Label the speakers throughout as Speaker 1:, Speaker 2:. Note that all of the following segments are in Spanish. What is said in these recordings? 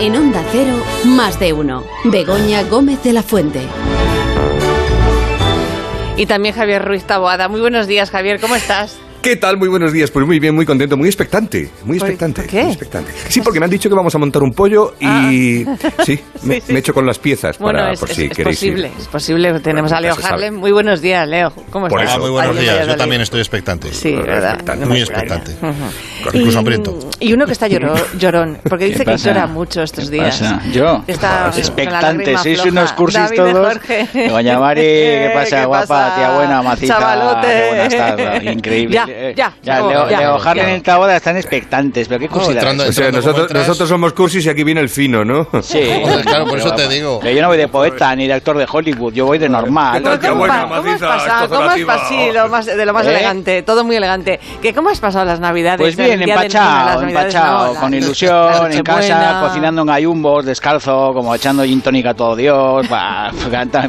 Speaker 1: En Onda Cero, más de uno. Begoña Gómez de la Fuente.
Speaker 2: Y también Javier Ruiz Taboada. Muy buenos días, Javier, ¿cómo estás?
Speaker 3: ¿Qué tal? Muy buenos días. Pues muy bien, muy contento, muy expectante. Muy
Speaker 2: ¿Por-
Speaker 3: expectante.
Speaker 2: por qué? Ah.
Speaker 3: muy expectante. Sí, porque me han dicho que vamos a montar un pollo y. Sí, me,
Speaker 2: sí.
Speaker 3: me echo con las piezas para,
Speaker 2: bueno, es,
Speaker 3: por si
Speaker 2: es- es
Speaker 3: queréis. ir.
Speaker 2: posible, es posible. Tenemos a
Speaker 3: nunca
Speaker 2: Leo
Speaker 3: se sabe.
Speaker 2: Harlem. Muy buenos días, Leo. ¿Cómo
Speaker 3: Por
Speaker 2: estás?
Speaker 3: eso.
Speaker 4: Hola, Ah, muy buenos
Speaker 2: Ayer
Speaker 4: días. Yo
Speaker 2: Valladolid.
Speaker 4: también estoy expectante.
Speaker 2: Sí, verdad.
Speaker 3: expectante.
Speaker 4: Muy expectante.
Speaker 2: Y-
Speaker 4: Incluso hambriento.
Speaker 2: Y uno que está lloró- llorón, porque dice que
Speaker 5: pasa?
Speaker 2: llora mucho estos
Speaker 5: ¿Qué
Speaker 2: días.
Speaker 5: pasa? ¿Yo?
Speaker 2: Está con la
Speaker 5: Expectantes,
Speaker 2: lágrima
Speaker 5: sois
Speaker 2: floja.
Speaker 5: unos cursis
Speaker 2: David de
Speaker 5: todos.
Speaker 2: Jorge.
Speaker 5: Doña Mari, ¿qué pasa, guapa? Tía buena, macita.
Speaker 2: Chavalote.
Speaker 5: Buenas tardes, increíble.
Speaker 2: Ya,
Speaker 5: Eh,
Speaker 2: ya.
Speaker 5: ya,
Speaker 2: no,
Speaker 5: Leo,
Speaker 2: ya,
Speaker 5: Leo
Speaker 2: ya.
Speaker 5: Harlan y el Taboda están expectantes, pero qué curiosidad.
Speaker 4: entrando-
Speaker 3: O sea,
Speaker 4: Entrando como
Speaker 3: nosotros,
Speaker 4: entras.
Speaker 3: nosotros somos cursis y aquí viene el fino, ¿no?
Speaker 5: Sí.
Speaker 4: Joder, claro, por
Speaker 5: Pero
Speaker 4: eso te
Speaker 5: vamos,
Speaker 4: digo.
Speaker 5: pero yo no voy de poeta ni de actor de Hollywood, yo voy de normal.
Speaker 3: tal, qué
Speaker 2: ¿Cómo,
Speaker 3: buena
Speaker 2: pa- cómo has
Speaker 3: maciza,
Speaker 2: pasado? ¿Cómo has
Speaker 3: esto relativa.
Speaker 2: pasado? Lo más- de lo más
Speaker 5: ¿Eh?
Speaker 2: elegante, todo muy elegante. ¿Qué, ¿Cómo has pasado las navidades?
Speaker 5: Pues bien,
Speaker 2: El día del niño, las
Speaker 5: empachado,
Speaker 2: Navidades,
Speaker 5: empachado,
Speaker 2: no, la-
Speaker 5: con
Speaker 2: la
Speaker 5: ilusión, en casa,
Speaker 2: Nochebuena.
Speaker 5: cocinando en gallumbos, descalzo, como echando gin tónica a todo Dios, va,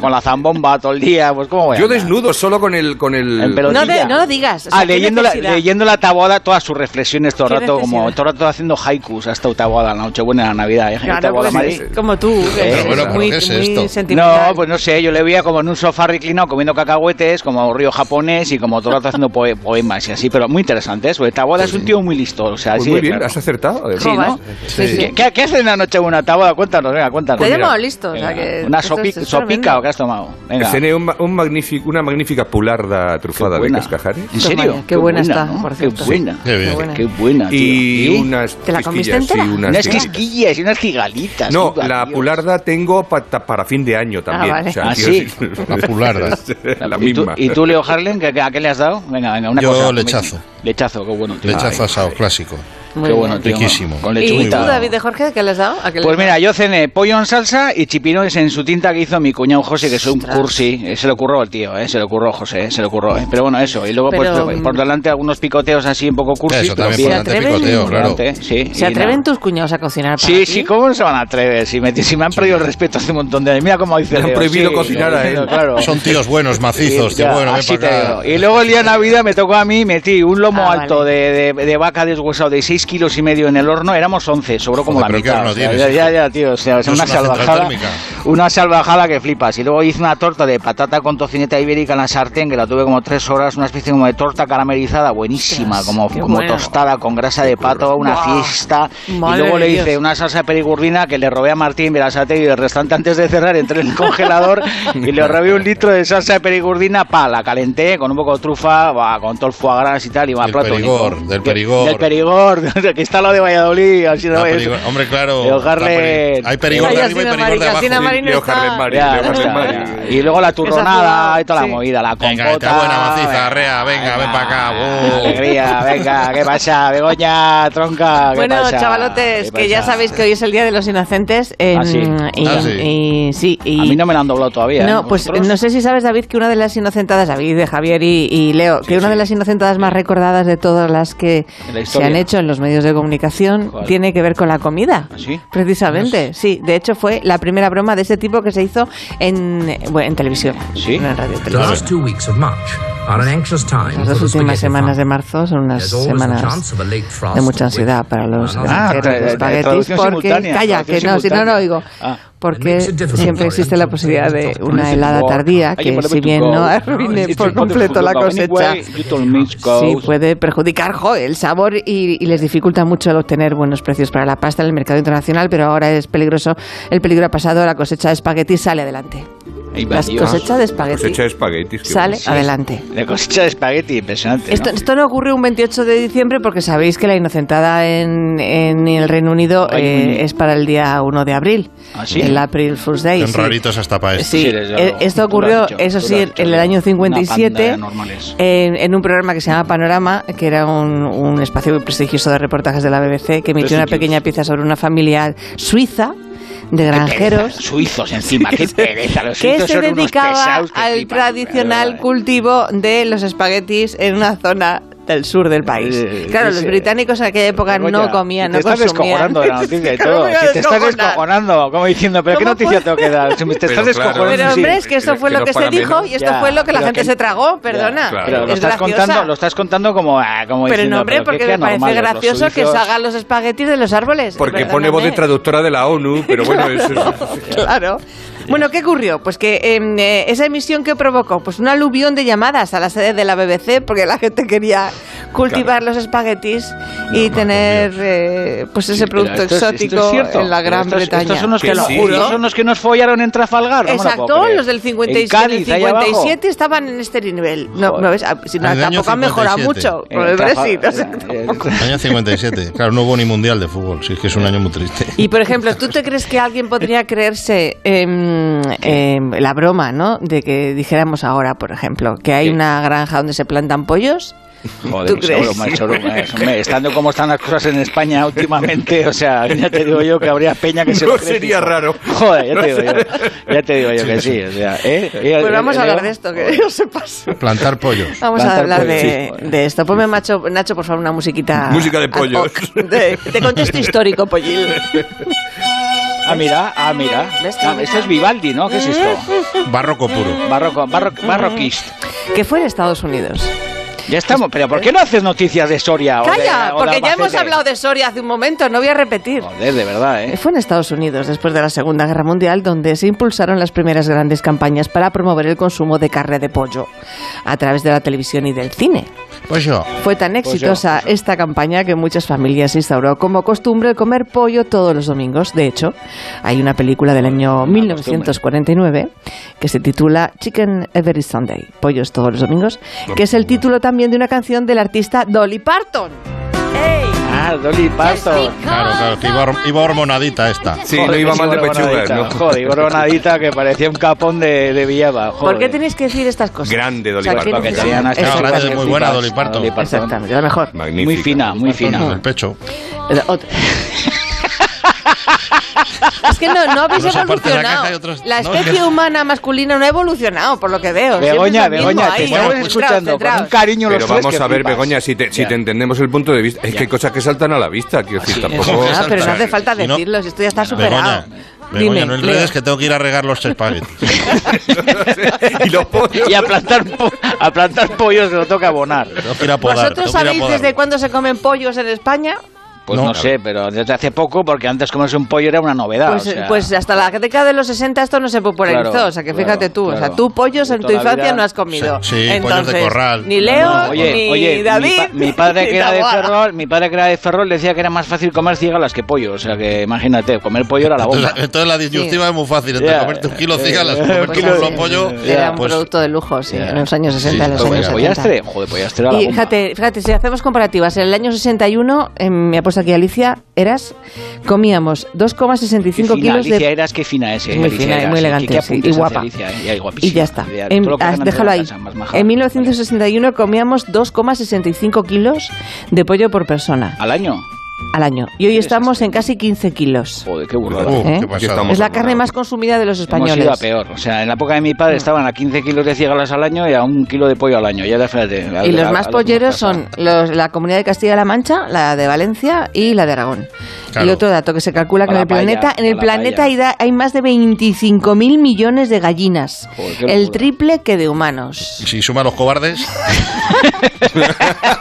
Speaker 5: con la zambomba todo el día, pues cómo voy a
Speaker 3: Yo
Speaker 5: andar?
Speaker 3: desnudo, solo con el. Con el...
Speaker 5: En pelota.
Speaker 2: No, te-
Speaker 5: pelotilla.
Speaker 2: no lo digas. o sea,
Speaker 5: Ah,
Speaker 2: qué
Speaker 5: leyendo la,
Speaker 2: necesidad.
Speaker 5: leyendo la taboada, todas sus reflexiones todo
Speaker 2: ¿Qué
Speaker 5: el rato, como
Speaker 2: necesidad?
Speaker 5: todo el rato haciendo haikus hasta taboada, la Nochebuena, la Navidad. ¿eh?
Speaker 2: Claro,
Speaker 5: Taboada,
Speaker 2: pues,
Speaker 5: Madrid.
Speaker 2: es como tú, que eres
Speaker 4: bueno, pero
Speaker 2: muy,
Speaker 4: ¿qué es
Speaker 2: muy
Speaker 4: esto?
Speaker 2: sentimental.
Speaker 5: No, pues no sé, yo le veía como en un sofá reclinado comiendo cacahuetes, como río japonés y como todo el rato haciendo poe- poemas y así, pero muy interesante eso. ¿eh? Taboada es un tío muy listo, o sea,
Speaker 3: Pues
Speaker 5: así
Speaker 3: muy
Speaker 5: de
Speaker 3: bien,
Speaker 5: claro.
Speaker 3: has acertado. Eh, además.
Speaker 5: Sí, ¿no?
Speaker 2: Sí, sí.
Speaker 5: ¿Qué, qué, qué haces en la Nochebuena, Taboada? Cuéntanos, venga, cuéntanos.
Speaker 2: Te he
Speaker 5: Mira,
Speaker 2: llamado listo, o sea
Speaker 5: venga,
Speaker 2: que
Speaker 5: ¿Una
Speaker 2: esto es-
Speaker 5: sopi-
Speaker 2: esto es
Speaker 5: sopica
Speaker 2: tremendo.
Speaker 5: o qué has tomado? Venga.
Speaker 3: Cené un, ma- un magnífico, una magnífica pularda
Speaker 5: Qué
Speaker 3: trufada de
Speaker 5: buena.
Speaker 3: cascajares.
Speaker 5: ¿En serio?
Speaker 2: Qué buena está,
Speaker 5: ¿no?
Speaker 2: por
Speaker 5: Qué
Speaker 2: cierto.
Speaker 5: buena.
Speaker 4: Qué bien.
Speaker 5: Qué buena, tío.
Speaker 3: Y
Speaker 5: ¿Sí?
Speaker 3: unas
Speaker 2: ¿Te la comiste
Speaker 3: quisquillas, sí,
Speaker 2: entera?
Speaker 3: unas
Speaker 5: Unas
Speaker 3: quisquillas.
Speaker 5: quisquillas y unas cigalitas.
Speaker 3: No,
Speaker 5: viva
Speaker 3: la
Speaker 5: Ah, Dios.
Speaker 3: pularda tengo pa- ta- para, fin de año también.
Speaker 2: vale.
Speaker 5: Ah,
Speaker 3: quiero
Speaker 5: ¿sí?
Speaker 3: decir-
Speaker 4: La pularda.
Speaker 3: la
Speaker 5: ¿Y tú-
Speaker 3: misma.
Speaker 5: ¿Y tú, Leo Harlan, ¿qué- qué- a qué le has dado? Venga, venga, una
Speaker 4: Yo
Speaker 5: cosa.
Speaker 4: lechazo.
Speaker 5: Lechazo, qué bueno. tío.
Speaker 4: Lechazo asado, clásico.
Speaker 2: Muy
Speaker 5: Qué
Speaker 2: bien.
Speaker 5: bueno, tío.
Speaker 4: Riquísimo.
Speaker 5: Con
Speaker 2: ¿Y tú,
Speaker 5: lechuguita.
Speaker 2: David de Jorge, qué le has dado? ¿A qué le
Speaker 5: Pues
Speaker 2: has dado?
Speaker 5: mira, yo cené pollo en salsa y chipirones en su tinta que hizo mi cuñado José, que soy un cursi. Eh, Se le ocurrió al tío, eh, se le ocurrió José, eh, se le ocurrió. eh. Pero bueno, eso. Y luego pues,
Speaker 2: Pero,
Speaker 5: por,
Speaker 2: mm,
Speaker 5: por delante algunos picoteos así un poco cursis.
Speaker 4: Eso
Speaker 5: pero
Speaker 4: también
Speaker 5: bien.
Speaker 4: por delante
Speaker 2: atreven?
Speaker 4: picoteo,
Speaker 5: Por
Speaker 4: claro.
Speaker 5: delante, eh, sí,
Speaker 2: ¿Se
Speaker 5: y nada.
Speaker 2: atreven tus cuñados a cocinar para
Speaker 5: Sí,
Speaker 2: ti?
Speaker 5: sí, ¿cómo se van a atrever? Si, me, si me han perdido el respeto hace un montón de años. Mira cómo dice
Speaker 3: Le han
Speaker 5: Leo,
Speaker 3: prohibido
Speaker 5: sí,
Speaker 3: cocinar a él.
Speaker 5: Claro.
Speaker 4: Son tíos buenos, macizos.
Speaker 5: Y
Speaker 4: tío,
Speaker 5: ya,
Speaker 4: bueno, ven
Speaker 5: así
Speaker 4: para
Speaker 5: te
Speaker 4: acá.
Speaker 5: digo. Y luego el día de Navidad me tocó a mí, metí un lomo
Speaker 2: Ah,
Speaker 5: alto
Speaker 2: vale.
Speaker 5: de, de- de vaca deshuesado de 6 kilos y medio en el horno, éramos 11, sobró como
Speaker 4: Joder,
Speaker 5: la
Speaker 4: pero qué
Speaker 5: mitad.
Speaker 4: horno
Speaker 5: o sea,
Speaker 4: tienes,
Speaker 5: ya,
Speaker 4: hijo.
Speaker 5: ya, ya, tío, o sea, es
Speaker 4: No es
Speaker 5: una,
Speaker 4: una central
Speaker 5: salvajada.
Speaker 4: térmica.
Speaker 5: Una salvajada que flipas. Y luego hice una torta de patata con tocineta ibérica en la sartén, que la tuve como 3 horas, una especie como de torta caramelizada, buenísima,
Speaker 2: Ostras,
Speaker 5: como,
Speaker 2: qué
Speaker 5: como
Speaker 2: bueno.
Speaker 5: tostada con grasa de pato, una
Speaker 2: Buah.
Speaker 5: fiesta.
Speaker 2: Madre
Speaker 5: y luego le
Speaker 2: de
Speaker 5: hice
Speaker 2: Dios.
Speaker 5: una salsa perigurrina que le robé a Martín Verasate y el restante antes de cerrar entré en el congelador y le robé un litro de salsa de perigurdina, pa, la calenté con un poco de trufa, va, con todo el foie gras y tal, y va
Speaker 4: Del
Speaker 5: plato
Speaker 4: perigor,
Speaker 5: único.
Speaker 4: del perigor.
Speaker 5: Del perigor, que está lo de Valladolid, así no
Speaker 4: Ah,
Speaker 5: es.
Speaker 4: perigor- Hombre,
Speaker 5: Leo
Speaker 4: claro. la
Speaker 5: Harlem.
Speaker 4: peri- Hay perigor de
Speaker 2: Ay,
Speaker 4: arriba y
Speaker 2: Asina
Speaker 4: perigor de
Speaker 2: Mari, Asina
Speaker 4: abajo.
Speaker 2: Mari no
Speaker 3: Leo
Speaker 2: está.
Speaker 3: Harlem Mari,
Speaker 5: Ya,
Speaker 3: Leo
Speaker 5: ya
Speaker 3: Harlem
Speaker 5: está,
Speaker 3: Mari.
Speaker 5: ya. Y luego la turronada y toda la
Speaker 2: sí.
Speaker 5: movida, la compota.
Speaker 4: Venga, está buena maciza,
Speaker 5: venga,
Speaker 4: rea, venga, ven para acá.
Speaker 5: venga,
Speaker 4: bo.
Speaker 5: Alegría, venga, ¿qué pasa? Begoña, tronca, ¿qué
Speaker 2: Bueno,
Speaker 5: pasa?
Speaker 2: chavalotes,
Speaker 5: ¿Qué
Speaker 2: que ya
Speaker 5: pasa?
Speaker 2: sabéis que hoy es el Día de los Inocentes. eh,
Speaker 5: Ah, sí.
Speaker 2: Y,
Speaker 4: Ah, sí.
Speaker 2: y- sí, y-
Speaker 5: A mí no me la han doblado todavía. ¿eh?
Speaker 2: No, pues
Speaker 5: ¿Vosotros?
Speaker 2: no sé si sabes, David, que una de las inocentadas, David, de Javier y, y Leo, que una de las inocentadas más recordadas de todas las que
Speaker 5: En la
Speaker 2: se
Speaker 5: historia.
Speaker 2: han hecho en los medios de comunicación
Speaker 5: ¿Cuál?
Speaker 2: tiene que ver con la comida.
Speaker 5: ¿Ah, sí?
Speaker 2: Precisamente, sí. De hecho, fue la primera broma de ese tipo que se hizo en, bueno, en televisión.
Speaker 5: ¿Sí?
Speaker 2: No en radio,
Speaker 6: The
Speaker 2: televisión.
Speaker 6: last two weeks of March are an anxious time
Speaker 2: Las
Speaker 6: for
Speaker 2: dos
Speaker 6: the
Speaker 2: últimas
Speaker 6: spaghetti
Speaker 2: semanas de
Speaker 6: farm.
Speaker 2: marzo son unas
Speaker 6: There's always the chance
Speaker 2: semanas
Speaker 6: of a late frost
Speaker 2: de mucha
Speaker 6: with
Speaker 2: ansiedad para los
Speaker 6: another
Speaker 5: Ah,
Speaker 2: granjeros de
Speaker 5: tra-
Speaker 2: espaguetis
Speaker 5: traducción
Speaker 2: porque
Speaker 5: simultánea,
Speaker 2: calla que
Speaker 5: traducción
Speaker 2: no si no no
Speaker 5: simultánea.
Speaker 2: digo
Speaker 5: Ah.
Speaker 2: porque siempre existe la posibilidad de una helada tardía que si bien no
Speaker 5: Ah,
Speaker 2: arruine por completo la cosecha sí puede perjudicar jo, el sabor y, y les dificulta mucho el obtener buenos precios para la pasta en el mercado internacional pero ahora es peligroso el peligro ha pasado la cosecha de espagueti sale adelante la cosecha de espagueti
Speaker 3: Cosecha de espaguetis. qué
Speaker 2: sale
Speaker 3: bueno.
Speaker 2: adelante
Speaker 5: La cosecha de espagueti, impresionante. ¿no?
Speaker 2: esto, esto no ocurrió un 28 de diciembre porque sabéis que la inocentada en, en el Reino Unido
Speaker 5: Ay,
Speaker 2: eh,
Speaker 5: niño.
Speaker 2: es para el día 1 de abril,
Speaker 5: ¿Ah, sí?
Speaker 2: el April Fool's Day.
Speaker 4: Son
Speaker 2: sí.
Speaker 4: raritos hasta para esto.
Speaker 2: Sí,
Speaker 5: Sí, desde
Speaker 2: eh,
Speaker 5: luego.
Speaker 2: esto
Speaker 5: Tú lo has
Speaker 2: ocurrió,
Speaker 5: dicho,
Speaker 2: eso
Speaker 5: tú
Speaker 2: sí,
Speaker 5: lo has
Speaker 2: en
Speaker 5: dicho.
Speaker 2: en el año
Speaker 5: Una panda de
Speaker 2: 57,
Speaker 5: normales.
Speaker 2: en, en un programa que se llamaba Panorama, que era un, un espacio muy prestigioso de reportajes de la BBC, que emitió una
Speaker 5: Prestigioso.
Speaker 2: pequeña pieza sobre una familia suiza de
Speaker 5: Qué pereza,
Speaker 2: granjeros
Speaker 5: Suizos encima, qué pereza. Los
Speaker 2: que
Speaker 5: suizos
Speaker 2: se
Speaker 5: son unos
Speaker 2: dedicaba
Speaker 5: pesados que
Speaker 2: al
Speaker 5: flipan.
Speaker 2: tradicional
Speaker 5: Vale, vale.
Speaker 2: cultivo de los espaguetis en una zona del sur del país.
Speaker 5: Eh,
Speaker 2: Claro,
Speaker 5: dice-
Speaker 2: los británicos en aquella época no
Speaker 5: Begoña,
Speaker 2: comían, no
Speaker 5: Te estás
Speaker 2: consumían.
Speaker 5: descojonando de la noticia y
Speaker 2: Claro,
Speaker 5: todo.
Speaker 2: me voy a
Speaker 5: Si te estás
Speaker 2: descojonar.
Speaker 5: descojonando, como diciendo, pero ¿qué
Speaker 2: ¿Cómo
Speaker 5: noticia
Speaker 2: puede-
Speaker 5: tengo que dar? Si me- Te
Speaker 4: Pero
Speaker 5: estás
Speaker 4: claro.
Speaker 5: descojonando.
Speaker 2: Pero
Speaker 5: sí.
Speaker 2: hombre, es que eso
Speaker 4: Que-
Speaker 2: fue
Speaker 4: que
Speaker 2: lo
Speaker 4: no
Speaker 2: que se
Speaker 4: para
Speaker 2: dijo
Speaker 4: menos.
Speaker 2: y esto
Speaker 5: Ya,
Speaker 2: fue lo que la
Speaker 5: pero
Speaker 2: gente
Speaker 5: que-
Speaker 2: se tragó,
Speaker 5: Ya,
Speaker 2: perdona.
Speaker 4: claro.
Speaker 5: Pero lo
Speaker 2: Es
Speaker 5: estás
Speaker 2: graciosa.
Speaker 5: contando, lo estás contando como, ah, como
Speaker 2: Pero
Speaker 5: diciendo,
Speaker 2: no, hombre,
Speaker 5: pero qué-
Speaker 2: porque
Speaker 5: qué
Speaker 2: me parece
Speaker 5: anormales los
Speaker 2: gracioso que
Speaker 5: suizos.
Speaker 2: salgan los espaguetis de los árboles.
Speaker 3: Porque
Speaker 2: perdóname.
Speaker 3: pone voz de traductora de la ONU, pero bueno, eso es-
Speaker 2: Claro. Bueno, ¿qué ocurrió? Pues que eh, eh, esa emisión que provocó, pues un aluvión de llamadas a la sede de la BBC porque la gente quería cultivar los espaguetis y tener eh, pues ese
Speaker 5: Pero
Speaker 2: producto
Speaker 5: esto es- esto es
Speaker 2: exótico
Speaker 5: cierto.
Speaker 2: en la
Speaker 5: Pero
Speaker 2: Gran
Speaker 5: estos-
Speaker 2: Bretaña.
Speaker 5: Estos son los que,
Speaker 3: Que
Speaker 5: lo
Speaker 3: sí.
Speaker 5: juro, estos son los que nos follaron en Trafalgar. ¿cómo lo puedo
Speaker 2: Exacto,
Speaker 5: creer?
Speaker 2: los del 56
Speaker 5: En Cádiz,
Speaker 2: el
Speaker 5: ahí abajo.
Speaker 2: 57 estaban en este nivel. No,
Speaker 5: Joder.
Speaker 2: no ves, Ah, si no,
Speaker 4: En el año
Speaker 2: tampoco ha mejorado
Speaker 4: 57.
Speaker 2: mucho
Speaker 5: En
Speaker 2: con el
Speaker 5: Trafalgar,
Speaker 2: Brexit. o sea,
Speaker 5: eh,
Speaker 2: tampoco.
Speaker 4: Año 57. Claro, no hubo ni mundial de fútbol. Si es que es un año muy triste.
Speaker 2: Y por ejemplo, ¿tú te crees que alguien podría creerse em, em, la broma, ¿no? De que dijéramos ahora, por ejemplo, que hay
Speaker 5: ¿Qué?
Speaker 2: una granja donde se plantan pollos.
Speaker 5: Joder,
Speaker 2: ¿Tú
Speaker 5: es
Speaker 2: crees?
Speaker 5: broma, es broma, es- hombre, estando como están las cosas en España últimamente, o sea, ya te digo yo que habría peña que se
Speaker 3: No
Speaker 5: lo cree,
Speaker 3: sería
Speaker 5: tío.
Speaker 3: raro.
Speaker 5: Joder, ya te digo yo, ya te digo yo que sí, o sea, ¿eh? Eh,
Speaker 2: Pues vamos
Speaker 5: eh,
Speaker 2: a hablar
Speaker 5: Leo.
Speaker 2: de esto, que no se pasa.
Speaker 4: Plantar pollos.
Speaker 2: Vamos a
Speaker 5: Plantar
Speaker 2: hablar
Speaker 5: pollos,
Speaker 2: de,
Speaker 5: sí.
Speaker 2: de esto. Ponme, macho, Nacho, por favor, una musiquita.
Speaker 3: Música de
Speaker 2: ad
Speaker 3: pollos.
Speaker 2: hoc, De, de contexto histórico, pollil.
Speaker 5: Ah, mira, ah, mira.
Speaker 2: ¿Ves?
Speaker 5: Ah, esto es Vivaldi, ¿no? ¿Qué es esto?
Speaker 4: Barroco puro.
Speaker 5: Barroco, barro- barroquist.
Speaker 2: Que fue en Estados Unidos.
Speaker 5: Ya estamos, pero ¿por qué no haces noticias de Soria? o de-
Speaker 2: Calla,
Speaker 5: o de
Speaker 2: porque ya hemos
Speaker 5: Albacete?
Speaker 2: hablado de Soria hace un momento, no voy a repetir.
Speaker 5: Joder, de verdad, ¿eh?
Speaker 2: Fue en Estados Unidos, después de la Segunda Guerra Mundial, donde se impulsaron las primeras grandes campañas para promover el consumo de carne de pollo a través de la televisión y del cine.
Speaker 4: Pollo.
Speaker 2: Fue tan exitosa esta campaña que muchas familias instauró como costumbre comer pollo todos los domingos. De hecho, hay una película del
Speaker 3: Ah,
Speaker 2: año 1949 que se titula Chicken Every Sunday, Pollos todos los domingos, que es el título también de una canción del artista Dolly Parton.
Speaker 5: Ah, Dolly Parton.
Speaker 4: Claro, claro, que iba, hor- iba hormonadita esta.
Speaker 3: Sí, no iba mal de pechugas, ¿no?
Speaker 5: Joder, y Boronadita que parecía un capón de, de Villaba. Joder.
Speaker 2: ¿Por qué tenéis que decir estas cosas?
Speaker 3: Grande Dolly
Speaker 2: ¿qué
Speaker 3: Parton.
Speaker 5: Porque
Speaker 2: necesitáis?
Speaker 5: tenía unas
Speaker 4: No,
Speaker 5: caderas
Speaker 4: gracias,
Speaker 5: que
Speaker 4: muy buena,
Speaker 5: flipas.
Speaker 4: Dolly Parton.
Speaker 2: Exactamente, la mejor.
Speaker 3: Magnífico.
Speaker 5: Muy fina, muy
Speaker 4: Con el
Speaker 5: fina.
Speaker 4: pecho.
Speaker 2: Eh, otra. es que no, no habéis
Speaker 4: Unos aparte
Speaker 2: evolucionado. La,
Speaker 4: de la caja y otros- no, es
Speaker 2: especie
Speaker 4: que-
Speaker 2: humana masculina no ha evolucionado, por lo que veo. Siempre
Speaker 5: Begoña,
Speaker 2: es lo mismo
Speaker 5: Begoña, te
Speaker 2: ahí,
Speaker 5: estamos
Speaker 2: centrados,
Speaker 5: escuchando
Speaker 2: centrados.
Speaker 5: con un cariño
Speaker 3: Pero
Speaker 5: los tres
Speaker 3: vamos
Speaker 5: que
Speaker 3: a ver,
Speaker 5: flipas.
Speaker 3: Begoña, si te, si
Speaker 5: Ya.
Speaker 3: te entendemos el punto de vista. Es que hay cosas que saltan a la vista, que decir, tampoco.
Speaker 4: es.
Speaker 2: Ah, pero no hace
Speaker 4: Saltar.
Speaker 2: falta
Speaker 4: Si no-
Speaker 2: decirlo, si esto ya está superado.
Speaker 4: Begoña. Begoña, no
Speaker 2: Leo.
Speaker 4: enredes que tengo que ir a regar los espaguetis.
Speaker 3: y los pollos.
Speaker 5: Y a plantar, po- a plantar pollos se lo toca abonar.
Speaker 4: Tengo que ir a podar.
Speaker 2: ¿Vosotros
Speaker 4: tengo que ir a
Speaker 2: sabéis
Speaker 4: podar.
Speaker 2: desde cuándo se comen pollos en España?
Speaker 5: Pues
Speaker 4: No.
Speaker 5: no, sé, pero desde hace poco, porque antes comerse un pollo era una novedad.
Speaker 2: Pues,
Speaker 5: Ah, o sea.
Speaker 2: pues hasta la década de los 60 esto no se popularizó,
Speaker 5: Claro,
Speaker 2: o sea que
Speaker 5: claro,
Speaker 2: fíjate tú, o sea,
Speaker 5: claro.
Speaker 2: tú pollos en tu
Speaker 5: Toda la
Speaker 2: infancia
Speaker 5: vida-
Speaker 2: no has comido.
Speaker 4: Sí, sí, pollos de
Speaker 2: Entonces,
Speaker 4: corral.
Speaker 2: Ni
Speaker 5: No,
Speaker 2: Leo,
Speaker 5: no, oye,
Speaker 2: ni
Speaker 5: oye, mi
Speaker 2: David,
Speaker 5: pa- mi, padre
Speaker 2: ni
Speaker 5: que era de
Speaker 2: Taboada.
Speaker 5: Ferrol, mi padre que era de Ferrol decía que era más fácil comer cigalas que pollo, o sea que imagínate, comer pollo era la bomba.
Speaker 4: Entonces, entonces la disyuntiva es muy fácil. Entre
Speaker 5: Ya.
Speaker 4: comerte un kilo de
Speaker 5: Eh,
Speaker 4: cigalas,
Speaker 5: eh,
Speaker 4: comerte
Speaker 5: pues
Speaker 4: un kilo
Speaker 5: sí,
Speaker 4: de pollo.
Speaker 2: Era un
Speaker 4: pues,
Speaker 2: producto de lujo, sí,
Speaker 5: ya.
Speaker 2: en los años 60,
Speaker 4: Sí,
Speaker 2: en los
Speaker 4: todo
Speaker 2: años
Speaker 4: era
Speaker 5: pollastre,
Speaker 2: 70.
Speaker 5: joder, pollastre era la
Speaker 2: Y
Speaker 5: bomba.
Speaker 2: fíjate, fíjate, si hacemos comparativas, en el año 61, eh, me ha puesto aquí Alicia, eras, comíamos
Speaker 5: Qué
Speaker 2: 2,65
Speaker 5: fina,
Speaker 2: kilos
Speaker 5: Alicia
Speaker 2: de...
Speaker 5: Eras, qué fina es. eh,
Speaker 2: Es muy
Speaker 5: Alicia
Speaker 2: fina y muy
Speaker 5: Eras, eh, qué-
Speaker 2: elegante,
Speaker 5: qué
Speaker 2: sí,
Speaker 5: apuntes
Speaker 2: y
Speaker 5: hace
Speaker 2: guapa.
Speaker 5: Alicia, eh, y guapísima.
Speaker 2: Y ya está.
Speaker 5: Mira,
Speaker 2: En-
Speaker 5: todo lo que
Speaker 2: ah,
Speaker 5: tengan
Speaker 2: déjalo ahí.
Speaker 5: delante, esa más maja.
Speaker 2: En 1961 comíamos 2,65 kilos de pollo por persona
Speaker 5: ¿Al año?
Speaker 2: al año. Y hoy
Speaker 5: Qué
Speaker 2: estamos
Speaker 5: desastre.
Speaker 2: en casi 15 kilos.
Speaker 5: Joder, qué burrada.
Speaker 4: Uh,
Speaker 2: ¿Eh?
Speaker 4: qué
Speaker 3: Aquí
Speaker 4: pasada.
Speaker 3: estamos.
Speaker 2: Es la carne más consumida de los
Speaker 5: Hemos ido a
Speaker 2: españoles. Mm.
Speaker 5: peor. O sea, en la época de mi padre estaban a 15 kilos de cigalas al año y a un kilo de pollo al año. Ya te fíjate. a-
Speaker 2: Y
Speaker 5: a-
Speaker 2: los
Speaker 5: a
Speaker 2: más
Speaker 5: que
Speaker 2: polleros
Speaker 5: nos pasa.
Speaker 2: son los- la comunidad de Castilla-La Mancha, la de Valencia y la de Aragón.
Speaker 4: Claro.
Speaker 2: Y otro dato que se calcula que
Speaker 5: A
Speaker 2: en
Speaker 5: la
Speaker 2: el planeta,
Speaker 5: palla,
Speaker 2: en el
Speaker 5: a la
Speaker 2: planeta
Speaker 5: palla.
Speaker 2: hay, da- hay más de 25.000 millones de gallinas,
Speaker 5: Joder, qué
Speaker 2: el
Speaker 5: locura.
Speaker 2: triple que de humanos.
Speaker 4: Si suma los cobardes,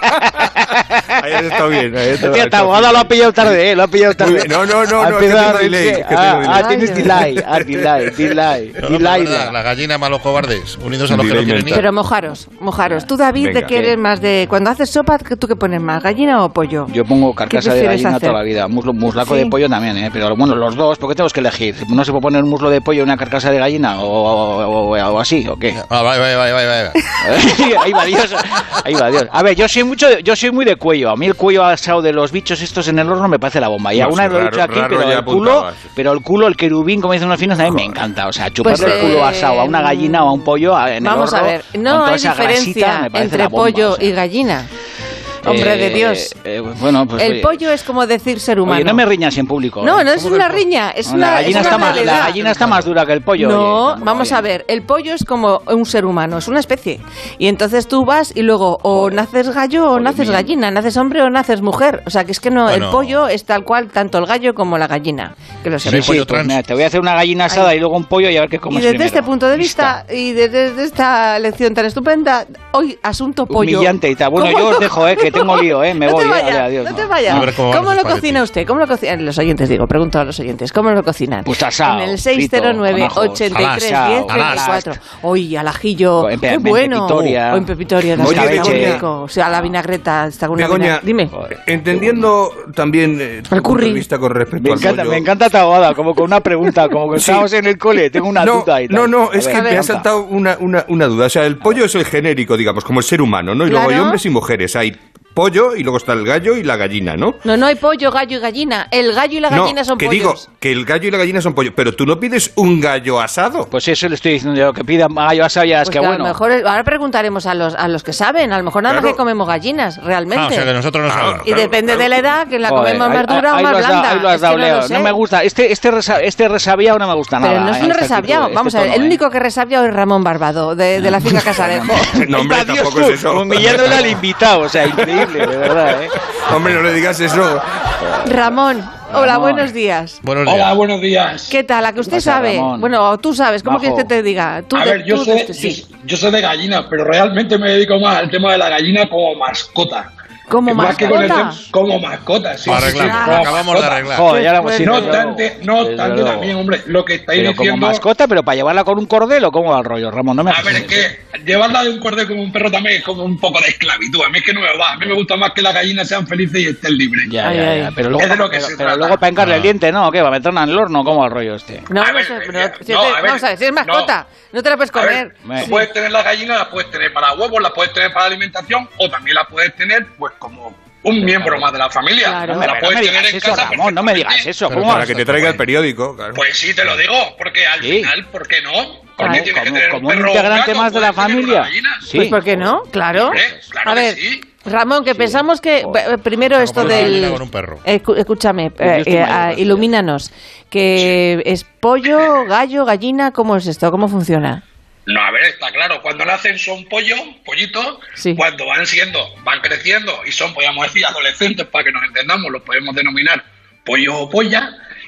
Speaker 3: Ahí has estado bien. ahí has estado-
Speaker 5: Tío, esta abogada lo ha pillado tarde, eh, lo ha pillado
Speaker 3: Muy
Speaker 5: tarde.
Speaker 3: bien. No, no, no,
Speaker 5: Ha
Speaker 3: no,
Speaker 5: empezado
Speaker 3: es que
Speaker 5: a
Speaker 3: tengo
Speaker 5: reírse.
Speaker 3: delay, es que
Speaker 5: Ah,
Speaker 3: tengo delay.
Speaker 5: ah, tienes delay, ah, delay, delay,
Speaker 4: no, la,
Speaker 5: delay.
Speaker 4: verdad, la gallina más los cobardes, unidos a los que no
Speaker 3: Delay
Speaker 4: quieren
Speaker 3: mental.
Speaker 4: ir.
Speaker 2: Pero mojaros, mojaros. Tú, David,
Speaker 3: Venga.
Speaker 2: ¿de qué eres más de...? Cuando haces sopa, ¿tú qué pones más, gallina o pollo?
Speaker 5: Yo pongo carcasa de
Speaker 2: prefieres
Speaker 5: gallina
Speaker 2: hacer?
Speaker 5: toda la vida, muslo, muslaco
Speaker 2: Sí.
Speaker 5: de pollo también, ¿eh? pero bueno, los dos, ¿por qué tenemos que elegir? ¿No se puede poner un muslo de pollo y una carcasa de gallina o, o- o- o así o qué?
Speaker 4: Ah, vale, vale, vale, vale, vale.
Speaker 5: ahí va Dios, ahí va Dios. A ver, yo soy mucho, de- yo soy muy de cuello. A mí el cuello asado de los bichos estos en el horno me parece la bomba. Y
Speaker 3: No,
Speaker 5: alguna
Speaker 3: sí,
Speaker 5: vez lo he
Speaker 3: raro-
Speaker 5: dicho aquí,
Speaker 3: raro
Speaker 5: pero
Speaker 3: ya
Speaker 5: el culo,
Speaker 3: apuntabas.
Speaker 5: pero el culo, el querubín, como dicen unos finos, a mí me encanta. O sea, chuparle
Speaker 2: Pues,
Speaker 5: el culo
Speaker 2: eh,
Speaker 5: asado a una gallina o a un pollo en el
Speaker 2: Vamos a
Speaker 5: horno,
Speaker 2: ver,
Speaker 5: con
Speaker 2: no
Speaker 5: toda
Speaker 2: hay
Speaker 5: esa grasita,
Speaker 2: diferencia
Speaker 5: me parece
Speaker 2: entre
Speaker 5: la bomba,
Speaker 2: pollo
Speaker 5: o sea.
Speaker 2: y gallina. Hombre de Dios.
Speaker 5: eh, bueno, pues.
Speaker 2: el
Speaker 5: oye,
Speaker 2: pollo es como decir ser humano.
Speaker 5: oye, no me riñas en público.
Speaker 2: No,
Speaker 5: ¿eh?
Speaker 2: no es una riña, es
Speaker 5: No,
Speaker 2: una,
Speaker 5: la,
Speaker 2: es
Speaker 5: gallina
Speaker 2: una
Speaker 5: está más, la
Speaker 2: realidad.
Speaker 5: gallina está más dura que el pollo.
Speaker 2: No,
Speaker 5: oye,
Speaker 2: vamos
Speaker 5: oye.
Speaker 2: a ver, el pollo es como un ser humano, es una especie. Y entonces tú vas y luego o naces gallo o
Speaker 5: Joder,
Speaker 2: naces
Speaker 5: mira.
Speaker 2: gallina, naces hombre o naces mujer. O sea, que es que no, el
Speaker 4: Bueno.
Speaker 2: pollo es tal cual tanto el gallo como la gallina. Que lo
Speaker 4: Sí,
Speaker 2: sepáis.
Speaker 4: sí. pollo trans.
Speaker 5: pues mira, te voy a hacer una gallina asada y luego un pollo y a ver qué comes
Speaker 2: Y desde
Speaker 5: primero.
Speaker 2: este punto de vista
Speaker 5: Lista.
Speaker 2: y desde, esta lección tan estupenda, hoy asunto pollo.
Speaker 5: Humillante y tal. Bueno,
Speaker 2: ¿Cómo
Speaker 5: yo os
Speaker 2: lo-
Speaker 5: dejo, eh, que tengo lío, eh, me
Speaker 2: no
Speaker 5: voy,
Speaker 2: Te
Speaker 5: eh,
Speaker 2: vayas,
Speaker 5: vale, adiós,
Speaker 2: no te
Speaker 5: no.
Speaker 2: vayas.
Speaker 4: A ver cómo
Speaker 2: ¿Cómo,
Speaker 4: van los
Speaker 2: lo
Speaker 4: espaguetis.
Speaker 2: cocina usted? ¿Cómo lo cocina? Los oyentes, digo, pregunto a los oyentes. ¿Cómo lo cocinan?
Speaker 5: Pues asado,
Speaker 2: En el 609
Speaker 5: frito, con ajos.
Speaker 2: 83 10
Speaker 4: Alas, alas.
Speaker 2: 34. Hoy al ajillo.
Speaker 5: O en pe-
Speaker 2: Qué
Speaker 5: en
Speaker 2: bueno.
Speaker 5: pepitoria.
Speaker 2: O en pepitoria.
Speaker 5: Oye,
Speaker 2: también, qué
Speaker 5: Begoña.
Speaker 2: rico. O sea, a la vinagreta. Está alguna
Speaker 3: Begoña, eh,
Speaker 2: vinag- Dime.
Speaker 5: Joder,
Speaker 3: entendiendo también eh, tu
Speaker 2: Al
Speaker 3: punto
Speaker 2: curry.
Speaker 3: de vista con respecto
Speaker 5: Me
Speaker 3: al
Speaker 5: encanta,
Speaker 3: pollo.
Speaker 5: me encanta tu abogada, como con una pregunta, como que
Speaker 3: Pues Sí.
Speaker 5: estábamos en el cole, tengo una
Speaker 3: no,
Speaker 5: duda y tal.
Speaker 3: no, no, es
Speaker 5: A
Speaker 3: que
Speaker 5: ver,
Speaker 3: me ha
Speaker 5: pregunta.
Speaker 3: saltado una, una, una duda. O sea, el pollo es el genérico, digamos, como el ser humano, ¿no? Y luego hay
Speaker 2: Claro.
Speaker 3: hombres y mujeres. Hay pollo y luego está el gallo y la gallina, ¿no?
Speaker 2: No, no hay pollo, gallo y gallina. El gallo y la gallina
Speaker 3: no,
Speaker 2: son
Speaker 3: que
Speaker 2: pollos.
Speaker 3: digo que el gallo y la gallina son pollo, pero tú no pides un gallo asado.
Speaker 5: Pues eso le estoy diciendo yo, que pidan gallo asado ya es
Speaker 2: Pues
Speaker 5: que
Speaker 2: que a
Speaker 5: bueno.
Speaker 2: lo mejor ahora preguntaremos a los, a los que saben, a lo mejor nada más
Speaker 3: Claro.
Speaker 2: que comemos gallinas, realmente.
Speaker 4: Ah, o sea que nosotros no
Speaker 3: Ah,
Speaker 4: sabemos.
Speaker 2: Y
Speaker 3: Claro,
Speaker 2: depende
Speaker 3: claro.
Speaker 2: de la edad, que la
Speaker 5: Joder,
Speaker 2: comemos
Speaker 5: ahí-
Speaker 2: más dura o
Speaker 5: ahí
Speaker 2: más
Speaker 5: lo has dado-
Speaker 2: blanda.
Speaker 5: Ahí lo has
Speaker 2: Es que
Speaker 5: dado,
Speaker 2: no
Speaker 5: Leo.
Speaker 2: lo sé.
Speaker 5: No me gusta. Este, este, resa- este resabiado no me gusta nada.
Speaker 2: Pero no es
Speaker 5: eh,
Speaker 2: un
Speaker 5: esta
Speaker 2: resabiado.
Speaker 5: actitud,
Speaker 2: Vamos
Speaker 5: este
Speaker 2: a ver, el
Speaker 5: tono, eh.
Speaker 2: único que resabiado es Ramón Barbado, de, de la finca Casarejo.
Speaker 3: No, hombre,
Speaker 5: Adiós
Speaker 3: tampoco
Speaker 5: tú,
Speaker 3: es eso.
Speaker 5: Humillándole al invitado, o sea, increíble, de verdad, ¿eh?
Speaker 3: Hombre, no le digas eso.
Speaker 2: Ramón, hola,
Speaker 5: Ramón.
Speaker 2: buenos días.
Speaker 4: Buenos días.
Speaker 7: Hola, buenos días.
Speaker 2: ¿Qué tal? ¿A que usted
Speaker 5: pasa,
Speaker 2: sabe?
Speaker 5: Ramón?
Speaker 2: Bueno, o tú sabes, ¿cómo
Speaker 5: Majo.
Speaker 2: quieres que te diga? Tú
Speaker 7: A
Speaker 2: de-
Speaker 7: ver, yo
Speaker 2: tú
Speaker 7: sé,
Speaker 2: de este- sí.
Speaker 7: yo, yo sé de gallina, pero realmente me dedico más al tema de la gallina como mascota. Eh,
Speaker 2: ¿Como
Speaker 7: Más que con el
Speaker 2: mascota?
Speaker 7: tem- como mascota, sí.
Speaker 4: Lo
Speaker 7: sí, sí,
Speaker 4: arreglamos,
Speaker 7: como
Speaker 4: lo acabamos de
Speaker 7: mascota.
Speaker 4: arreglar.
Speaker 5: Joder, ya la hemos
Speaker 2: Qué
Speaker 5: ido,
Speaker 7: Pues No
Speaker 5: desde
Speaker 7: obstante,
Speaker 5: luego.
Speaker 7: no
Speaker 5: Desde
Speaker 7: tanto
Speaker 5: luego.
Speaker 7: también, hombre, lo que estáis
Speaker 5: Pero como
Speaker 7: diciendo.
Speaker 5: mascota, pero para llevarla con un cordel o cómo va el rollo, Ramón, no me
Speaker 7: A ver, es que llevarla de un cordel como un perro también es como un poco de esclavitud. A mí es que no me va. A mí me gusta más que las gallinas sean felices y estén libres.
Speaker 5: Ya,
Speaker 2: Ay,
Speaker 5: ya,
Speaker 2: ay.
Speaker 5: ya. Pero luego,
Speaker 7: Es de lo que
Speaker 5: pero,
Speaker 7: se
Speaker 5: pero
Speaker 7: trata.
Speaker 5: luego para hincarle
Speaker 4: Ah.
Speaker 5: el diente, ¿no? ¿O ¿Qué? ¿Va a meterla en el horno? ¿Cómo va el rollo este?
Speaker 2: No,
Speaker 7: A
Speaker 2: no
Speaker 7: ver,
Speaker 2: sé, pero
Speaker 7: mira,
Speaker 2: si
Speaker 7: no,
Speaker 2: es de-
Speaker 7: a ver,
Speaker 2: vamos a ver, si es
Speaker 7: no.
Speaker 2: mascota, no te la puedes
Speaker 7: A ver,
Speaker 2: comer.
Speaker 5: me-
Speaker 7: tú puedes tener las gallinas, las puedes tener para huevos, las puedes tener para alimentación o también las puedes tener pues como un miembro más de la familia.
Speaker 2: Claro.
Speaker 5: No
Speaker 7: Las
Speaker 5: me, no
Speaker 7: puedes
Speaker 5: me
Speaker 7: tener
Speaker 5: digas
Speaker 7: en
Speaker 5: eso,
Speaker 7: casa
Speaker 5: Ramón, no me digas
Speaker 7: perfectamente.
Speaker 5: eso.
Speaker 4: Pero
Speaker 5: ¿Cómo
Speaker 3: Para
Speaker 5: vas?
Speaker 3: que te traiga el periódico, claro.
Speaker 7: Pues sí, te lo digo, porque al
Speaker 5: Sí.
Speaker 7: final, ¿por qué no? ¿Por
Speaker 2: Claro,
Speaker 7: qué tienes que
Speaker 5: como-
Speaker 7: tener
Speaker 5: como
Speaker 7: un
Speaker 5: un
Speaker 7: perro o
Speaker 5: integrante
Speaker 7: gato?
Speaker 5: más de la
Speaker 7: Puedes tener
Speaker 5: familia.
Speaker 7: una gallina.
Speaker 5: Sí.
Speaker 2: Pues ¿por qué no? Claro.
Speaker 7: Hombre, claro
Speaker 2: a
Speaker 7: que
Speaker 2: ver,
Speaker 7: sí.
Speaker 2: Ramón, que pensamos que
Speaker 5: Joder.
Speaker 2: eh, primero
Speaker 4: Como
Speaker 2: esto
Speaker 4: una gallina
Speaker 2: del
Speaker 4: con un perro.
Speaker 2: Escu- escúchame,
Speaker 5: Pues yo estoy
Speaker 2: eh, eh,
Speaker 5: mayor,
Speaker 2: ah,
Speaker 5: gracias.
Speaker 2: ilumínanos. Que es pollo, gallo, gallina, ¿cómo es esto? ¿Cómo funciona?
Speaker 7: No, a ver, está claro. Cuando nacen son pollos, pollitos.
Speaker 2: Sí.
Speaker 7: Cuando van siendo, van creciendo y son, podríamos decir, adolescentes, para que nos entendamos, los podemos denominar pollos o pollas.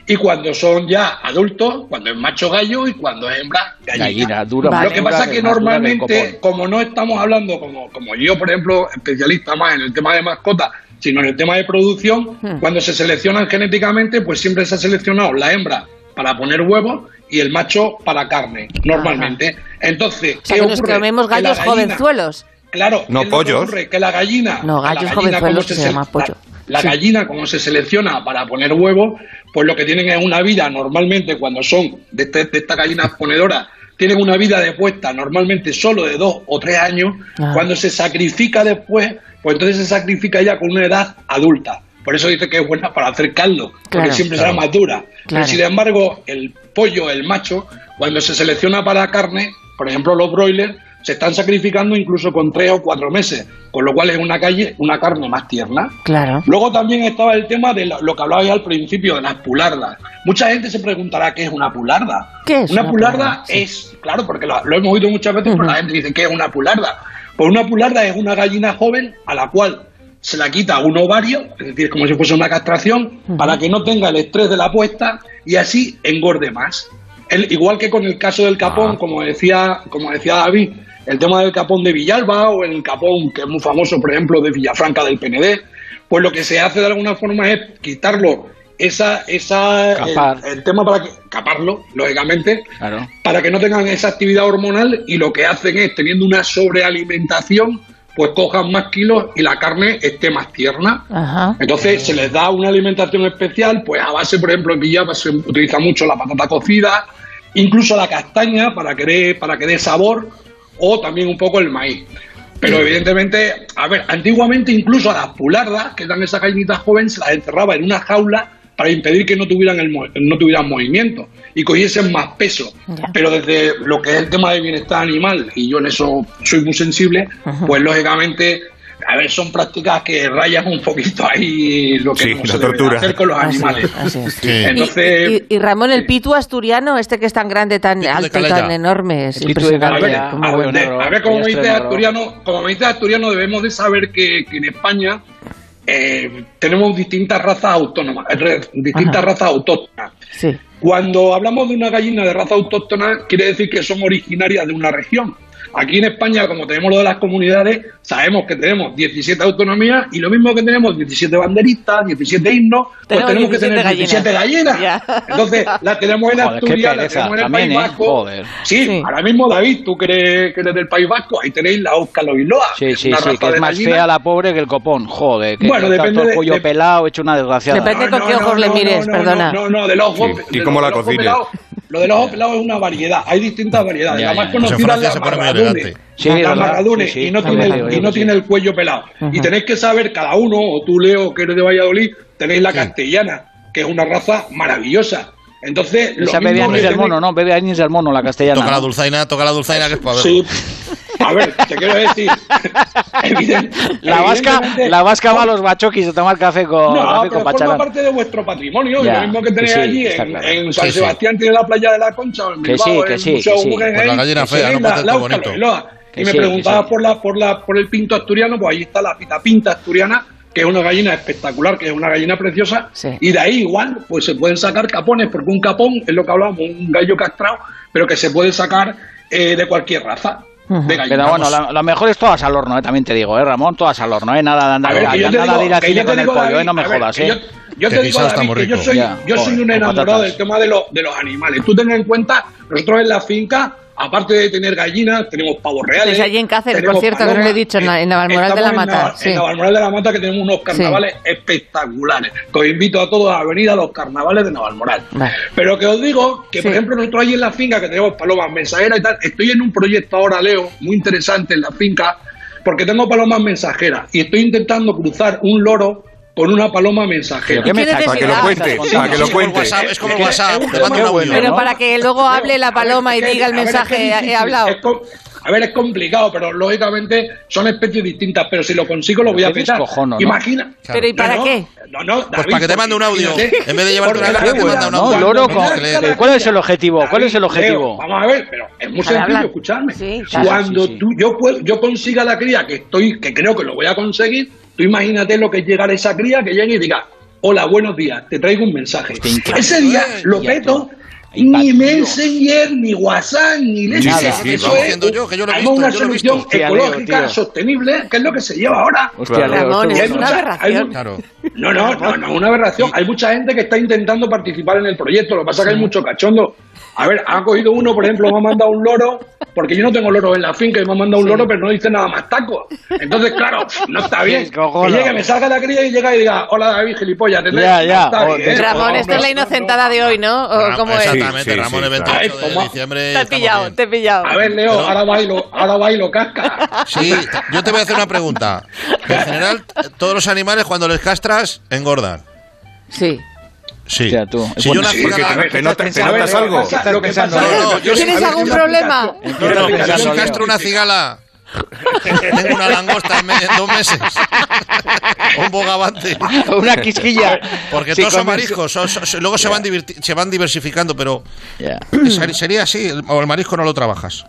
Speaker 7: Y cuando son ya adultos, cuando es macho gallo y cuando es hembra gallina.
Speaker 5: Gallina, dura,
Speaker 2: Vale.
Speaker 7: Lo que pasa es que
Speaker 5: más dura el
Speaker 7: normalmente,
Speaker 5: copón.
Speaker 7: como no estamos hablando, como, como yo, por ejemplo, especialista más en el tema de mascotas, sino en el tema de producción,
Speaker 2: Hmm.
Speaker 7: cuando se seleccionan genéticamente, pues siempre se ha seleccionado la hembra para poner huevos y el macho para carne, normalmente. Entonces,
Speaker 2: O sea, que nos
Speaker 7: ocurre?
Speaker 2: comemos
Speaker 7: Que la
Speaker 2: gallos
Speaker 7: gallina-
Speaker 2: jovenzuelos.
Speaker 7: Claro,
Speaker 3: No,
Speaker 7: ¿qué es lo que
Speaker 3: pollos.
Speaker 7: ocurre? Que la gallina.
Speaker 2: No,
Speaker 7: a la
Speaker 2: gallos
Speaker 7: gallina
Speaker 2: jovenzuelos
Speaker 7: como
Speaker 2: se llama
Speaker 7: la-
Speaker 2: pollo.
Speaker 7: La,
Speaker 2: Sí.
Speaker 7: gallina, como se selecciona para poner huevos, pues lo que tienen es una vida normalmente cuando son de, este- de esta gallina ponedora. Tienen una vida de puesta normalmente solo de dos o tres años.
Speaker 2: Ah.
Speaker 7: Cuando se sacrifica después, pues entonces se sacrifica ya con una edad adulta. Por eso dice que es buena para hacer caldo,
Speaker 2: Claro.
Speaker 7: porque siempre será más dura.
Speaker 2: Claro.
Speaker 7: Pero sin embargo, el pollo, el macho, cuando se selecciona para carne, por ejemplo los broilers, se están sacrificando incluso con tres o cuatro meses, con lo cual es una, calle, una carne más tierna.
Speaker 2: Claro.
Speaker 7: Luego también estaba el tema de lo lo que hablabais al principio, de las pulardas. Mucha gente se preguntará qué es una pularda.
Speaker 2: ¿Qué es
Speaker 7: una,
Speaker 2: una
Speaker 7: pularda?
Speaker 2: pularda? Sí.
Speaker 7: es, claro, porque lo, lo hemos oído muchas veces, pero
Speaker 2: Ujú.
Speaker 7: la gente dice, ¿qué es una pularda? Pues una pularda es una gallina joven a la cual se la quita un ovario, es decir, como si fuese una castración,
Speaker 2: Ujú.
Speaker 7: para que no tenga el estrés de la puesta y así engorde más. El- igual que con el caso del capón,
Speaker 4: Ah.
Speaker 7: como decía, como decía David, el tema del capón de Villalba o el capón que es muy famoso, por ejemplo, de Villafranca del PND, pues lo que se hace de alguna forma es quitarlo esa, esa el-
Speaker 5: Capar.
Speaker 7: El, tema para que caparlo, lógicamente,
Speaker 5: Claro.
Speaker 7: para que no tengan esa actividad hormonal y lo que hacen es teniendo una sobrealimentación, pues cojan más kilos y la carne esté más tierna.
Speaker 2: Ajá.
Speaker 7: Entonces se les da una alimentación especial, pues a base, por ejemplo, en Villapa se utiliza mucho la patata cocida, incluso la castaña para que dé, para que dé sabor, o también un poco el maíz. Pero evidentemente, a ver, antiguamente incluso a las pulardas, que eran esas gallinitas jóvenes, se las encerraba en una jaula para impedir que no tuvieran, el, mo- no tuvieran movimiento y cogiesen más peso.
Speaker 2: Ya.
Speaker 7: Pero desde lo que es el tema de bienestar animal, y yo en eso soy muy sensible, pues lógicamente a ver, son prácticas que rayan un poquito ahí lo que
Speaker 3: Sí,
Speaker 7: no
Speaker 3: la
Speaker 7: se debe
Speaker 3: tortura.
Speaker 7: hacer con los
Speaker 2: Así es,
Speaker 7: animales.
Speaker 2: así es.
Speaker 4: Sí.
Speaker 7: Entonces,
Speaker 2: y, y- y Ramón, el pitu asturiano, este que es tan grande, tan
Speaker 4: Pitu de
Speaker 2: alto y tan
Speaker 4: Calella.
Speaker 2: enorme, es
Speaker 5: El pitu de
Speaker 7: a
Speaker 2: impresionante.
Speaker 7: ver,
Speaker 5: Calella.
Speaker 2: cómo
Speaker 7: a ver,
Speaker 2: vuela.
Speaker 7: Ah, de-
Speaker 5: negro,
Speaker 7: a ver, como
Speaker 5: ya
Speaker 7: me
Speaker 5: estoy
Speaker 7: dices
Speaker 5: negro.
Speaker 7: asturiano, como me dices asturiano, debemos de saber que, que en España eh, tenemos distintas razas autónomas, eh, re- distintas
Speaker 2: Ajá.
Speaker 7: razas autóctonas.
Speaker 2: Sí,
Speaker 7: Cuando hablamos de una gallina de raza autóctona, quiere decir que son originarias de una región. Aquí en España, como tenemos lo de las comunidades, sabemos que tenemos 17 autonomías y lo mismo que tenemos 17 banderistas, 17 himnos, pues
Speaker 2: Tenemos
Speaker 7: tenemos que
Speaker 2: 17
Speaker 7: tener 17 gallinas.
Speaker 2: Ya.
Speaker 7: Entonces, la tenemos en
Speaker 5: Joder, qué
Speaker 7: Asturias, la
Speaker 5: pereza,
Speaker 7: tenemos en el
Speaker 5: también,
Speaker 7: País
Speaker 5: ¿eh?
Speaker 7: Vasco.
Speaker 5: Joder.
Speaker 7: Sí,
Speaker 2: Sí.
Speaker 7: ahora mismo, David, tú que eres, que eres del País Vasco, ahí tenéis la Oscar Lobiloa.
Speaker 5: Sí, sí,
Speaker 7: una
Speaker 5: sí,
Speaker 7: raza
Speaker 5: que
Speaker 7: de
Speaker 5: es más
Speaker 7: gallina.
Speaker 5: fea la pobre que el copón. Joder, que
Speaker 7: Bueno,
Speaker 5: está
Speaker 7: depende
Speaker 5: todo el
Speaker 7: de-
Speaker 5: cuello
Speaker 7: de-
Speaker 5: pelado, hecho una desgraciada.
Speaker 2: Depende- con qué ojos le mires,
Speaker 7: Ah, no,
Speaker 2: perdona.
Speaker 7: No, no, del ojo.
Speaker 3: Sí, y
Speaker 7: del-
Speaker 3: cómo la
Speaker 7: del ojo
Speaker 3: cocines.
Speaker 7: pelado. Lo del ojo pelado es una variedad. Hay distintas variedades.
Speaker 5: Ya,
Speaker 7: la
Speaker 5: ya,
Speaker 7: más
Speaker 5: ya.
Speaker 4: Pues en
Speaker 7: conocida es
Speaker 4: Francia
Speaker 7: la
Speaker 4: se pone muy
Speaker 7: marradune.
Speaker 4: elegante.
Speaker 5: Sí,
Speaker 7: la
Speaker 5: ¿verdad?
Speaker 7: marradune,
Speaker 5: Sí, sí.
Speaker 7: y no
Speaker 5: También
Speaker 7: tiene,
Speaker 5: digo yo
Speaker 7: y no
Speaker 5: que sí.
Speaker 7: tiene el cuello pelado. Y tenéis que saber, cada uno, o tú, Leo, que eres de Valladolid, tenéis la castellana, que es una raza maravillosa. Entonces, lo
Speaker 5: Esa
Speaker 7: mismo
Speaker 5: bebe
Speaker 7: que
Speaker 5: anís del
Speaker 7: tenéis-
Speaker 5: mono, ¿no? Bebe anís del mono, la castellana.
Speaker 4: Toca la
Speaker 5: ¿no?
Speaker 4: dulzaina, toca la dulzaina que es para verlo.
Speaker 7: Sí. A ver, te quiero decir. evidente-
Speaker 5: La vasca,
Speaker 7: evidentemente-
Speaker 5: la vasca va a los bachoquis a tomar café con,
Speaker 7: No,
Speaker 5: café
Speaker 7: pero
Speaker 5: con
Speaker 7: forma
Speaker 5: pacharán.
Speaker 7: parte de vuestro patrimonio.
Speaker 5: Ya,
Speaker 7: y lo mismo que
Speaker 5: que
Speaker 7: tenéis
Speaker 5: sí,
Speaker 7: allí
Speaker 5: está
Speaker 7: en,
Speaker 5: claro.
Speaker 7: en San
Speaker 4: Sí, sí.
Speaker 7: Sebastián, tiene la playa de la Concha, o en
Speaker 5: Que
Speaker 7: Bilbao,
Speaker 5: sí,
Speaker 7: en
Speaker 5: que
Speaker 7: el
Speaker 5: sí,
Speaker 7: Museo
Speaker 5: que sí.
Speaker 7: Guggenheim,
Speaker 4: Pues la gallina
Speaker 7: que
Speaker 4: fea, no
Speaker 7: tenéis la-
Speaker 4: parece
Speaker 7: la
Speaker 4: tan
Speaker 7: Óscar
Speaker 4: bonito.
Speaker 7: Oiloa.
Speaker 5: Que
Speaker 7: Y me
Speaker 5: sí, que
Speaker 7: preguntabas
Speaker 5: sí.
Speaker 7: por, la, por, la, por el pinto asturiano, pues ahí está la pitapinta asturiana, que es una gallina espectacular, que es una gallina preciosa.
Speaker 2: Sí.
Speaker 7: Y de ahí igual, pues se pueden sacar capones, porque un capón es lo que hablábamos, un gallo castrado, pero que se puede sacar eh, de cualquier raza. De gallina.
Speaker 5: Pero bueno,
Speaker 7: Vamos.
Speaker 5: la, la mejor es todas al horno, eh, también te digo, ¿eh, Ramón? Todas al horno, ¿eh? Nada de andar,
Speaker 7: A ver, que yo te
Speaker 5: nada de ir
Speaker 7: digo,
Speaker 5: al
Speaker 7: que yo
Speaker 5: cine
Speaker 7: te
Speaker 5: con el
Speaker 7: digo,
Speaker 5: pollo,
Speaker 7: David,
Speaker 5: ¿eh? No me
Speaker 7: a ver,
Speaker 5: jodas,
Speaker 7: que
Speaker 5: ¿eh?
Speaker 7: yo- Yo te
Speaker 4: Que
Speaker 7: digo,
Speaker 4: guisado está
Speaker 7: David,
Speaker 4: muy
Speaker 7: que yo
Speaker 4: rico.
Speaker 7: soy,
Speaker 5: Ya,
Speaker 7: yo soy
Speaker 5: joder,
Speaker 7: un
Speaker 5: con
Speaker 7: enamorado
Speaker 5: patatas.
Speaker 7: del tema de, lo- de los animales. Tú ten en cuenta, nosotros en la finca, aparte de tener gallinas, tenemos pavos reales.
Speaker 2: Pues allí en Cáceres,
Speaker 7: tenemos
Speaker 2: por cierto, que no lo he
Speaker 7: palomas,
Speaker 2: dicho, en la-
Speaker 7: eh,
Speaker 2: en Navalmoral de la
Speaker 7: estamos en
Speaker 2: Mata,
Speaker 7: Nava-
Speaker 2: sí.
Speaker 7: En Navalmoral de la Mata que tenemos unos carnavales espectaculares. Que os invito a todos a venir a los carnavales de Navalmoral.
Speaker 2: Vale.
Speaker 7: Pero que os digo que, por
Speaker 2: Sí.
Speaker 7: ejemplo, nosotros allí en la finca que tenemos palomas mensajeras y tal, estoy en un proyecto ahora, Leo, muy interesante en la finca, porque tengo palomas mensajeras y estoy intentando cruzar un loro con una paloma mensajera.
Speaker 5: ¿Qué me
Speaker 2: ¿Qué
Speaker 5: estás
Speaker 3: Para que lo
Speaker 2: necesidad?
Speaker 3: cuente,
Speaker 5: Sí,
Speaker 3: para
Speaker 5: sí,
Speaker 3: que
Speaker 5: sí,
Speaker 3: lo
Speaker 4: Es como el
Speaker 3: cuente.
Speaker 4: WhatsApp, es como
Speaker 5: Es que-
Speaker 4: WhatsApp.
Speaker 5: es
Speaker 4: Te manda
Speaker 5: que
Speaker 4: un audio,
Speaker 5: bueno,
Speaker 2: Pero
Speaker 4: ¿no?
Speaker 2: para que luego hable la paloma y
Speaker 7: A ver,
Speaker 2: diga el
Speaker 7: a ver, es que
Speaker 2: mensaje,
Speaker 7: es difícil,
Speaker 2: he hablado.
Speaker 7: es com- a ver, es complicado, pero lógicamente son especies distintas, pero si lo consigo lo voy a
Speaker 5: qué
Speaker 7: petar.
Speaker 5: descojono, ¿no?
Speaker 7: Imagina.
Speaker 2: Pero ¿y
Speaker 7: No,
Speaker 2: para
Speaker 7: no,
Speaker 2: qué?
Speaker 7: No, no, David,
Speaker 4: Pues para que te mande un audio.
Speaker 7: imagínate,
Speaker 4: En vez de llevarte una
Speaker 7: porque
Speaker 4: caja,
Speaker 7: la
Speaker 4: te manda un
Speaker 7: gallina-
Speaker 4: audio.
Speaker 5: No, loro
Speaker 4: con-
Speaker 7: Cuando
Speaker 5: ¿Cuál es el objetivo? ¿Cuál es el
Speaker 7: David, Leo,
Speaker 5: objetivo?
Speaker 7: vamos a ver, pero es muy
Speaker 2: Para
Speaker 7: sencillo
Speaker 2: hablar.
Speaker 7: escucharme.
Speaker 2: Sí,
Speaker 5: claro.
Speaker 7: Cuando
Speaker 5: Sí, sí, sí.
Speaker 7: tú yo puedo- yo consiga la cría que estoy que creo que lo voy a conseguir, tú imagínate lo que es llegar a esa cría que llegue y diga, "Hola, buenos días, te traigo un mensaje."
Speaker 5: increíble.
Speaker 7: Ese día lo
Speaker 5: Ya,
Speaker 7: peto
Speaker 5: tío.
Speaker 7: ni
Speaker 5: Impactivo.
Speaker 7: Messenger, ni WhatsApp, ni
Speaker 4: sí,
Speaker 7: nada.
Speaker 4: sí,
Speaker 7: Eso
Speaker 4: vamos.
Speaker 7: es
Speaker 4: Diciendo yo, que yo lo he
Speaker 7: además
Speaker 4: visto,
Speaker 7: una
Speaker 4: yo lo he visto.
Speaker 7: solución
Speaker 5: Hostia, Leo,
Speaker 7: ecológica,
Speaker 5: tío.
Speaker 7: sostenible, que es lo que se lleva ahora.
Speaker 5: Hostia,
Speaker 3: Claro.
Speaker 5: Leo,
Speaker 2: Ramón,
Speaker 5: esto
Speaker 2: es
Speaker 5: es
Speaker 2: una
Speaker 5: bueno.
Speaker 2: aberración.
Speaker 4: Claro.
Speaker 7: No, no, no, no, una aberración. Hay mucha gente que está intentando participar en el proyecto, lo que pasa es que hay mucho cachondo. A ver, ha cogido uno, por ejemplo, me ha mandado un loro, porque yo no tengo loros en la finca, y me ha mandado un loro, pero no dice nada más taco. Entonces, claro, no está bien. Que
Speaker 5: cojones.
Speaker 7: llegue, me salga la cría y llega y diga, hola David, gilipollas, te
Speaker 5: Ya, ya, o-
Speaker 2: Ramón,
Speaker 7: bien.
Speaker 2: este
Speaker 5: Hombre,
Speaker 2: esta es la inocentada de hoy, ¿no?
Speaker 7: Ah,
Speaker 2: ¿O ¿Cómo es?
Speaker 3: exacto.
Speaker 4: Exactamente,
Speaker 3: Sí, sí,
Speaker 4: Ramón,
Speaker 3: sí,
Speaker 4: el
Speaker 3: claro.
Speaker 4: 28 de
Speaker 7: Ay, ¿cómo?
Speaker 4: diciembre.
Speaker 2: Te he
Speaker 4: estamos
Speaker 2: pillado,
Speaker 4: bien.
Speaker 2: te he pillado.
Speaker 7: A ver, Leo,
Speaker 4: Pero-
Speaker 7: ahora bailo, ahora bailo casca.
Speaker 4: Sí, yo te voy a hacer una pregunta. En general, t- todos los animales cuando les castras engordan.
Speaker 2: Sí.
Speaker 4: Sí.
Speaker 5: Ya, tú.
Speaker 4: Si
Speaker 5: Bueno,
Speaker 4: yo
Speaker 5: sí,
Speaker 4: nací
Speaker 3: Porque
Speaker 4: a la-
Speaker 3: te, te nota- te
Speaker 5: A ver,
Speaker 3: notas
Speaker 5: Leo,
Speaker 3: algo.
Speaker 5: ¿qué pasa?
Speaker 7: Lo que
Speaker 5: pensando,
Speaker 7: pasa
Speaker 4: Leo?
Speaker 7: es que-
Speaker 2: ¿Tienes
Speaker 7: a ver,
Speaker 2: algún
Speaker 7: una
Speaker 2: problema?
Speaker 7: aplicación.
Speaker 4: No, no,
Speaker 5: Leo,
Speaker 4: yo
Speaker 5: Leo.
Speaker 4: soy castro una cigala. Tengo una langosta en, me- en dos meses. Un bogavante.
Speaker 5: Una quisquilla.
Speaker 4: Porque
Speaker 5: Sí,
Speaker 4: todos son
Speaker 5: comen-
Speaker 4: mariscos. son- son- son- luego se, van diverti- se van diversificando, pero
Speaker 5: Ya.
Speaker 4: ser- sería así. el- O el marisco no lo trabajas.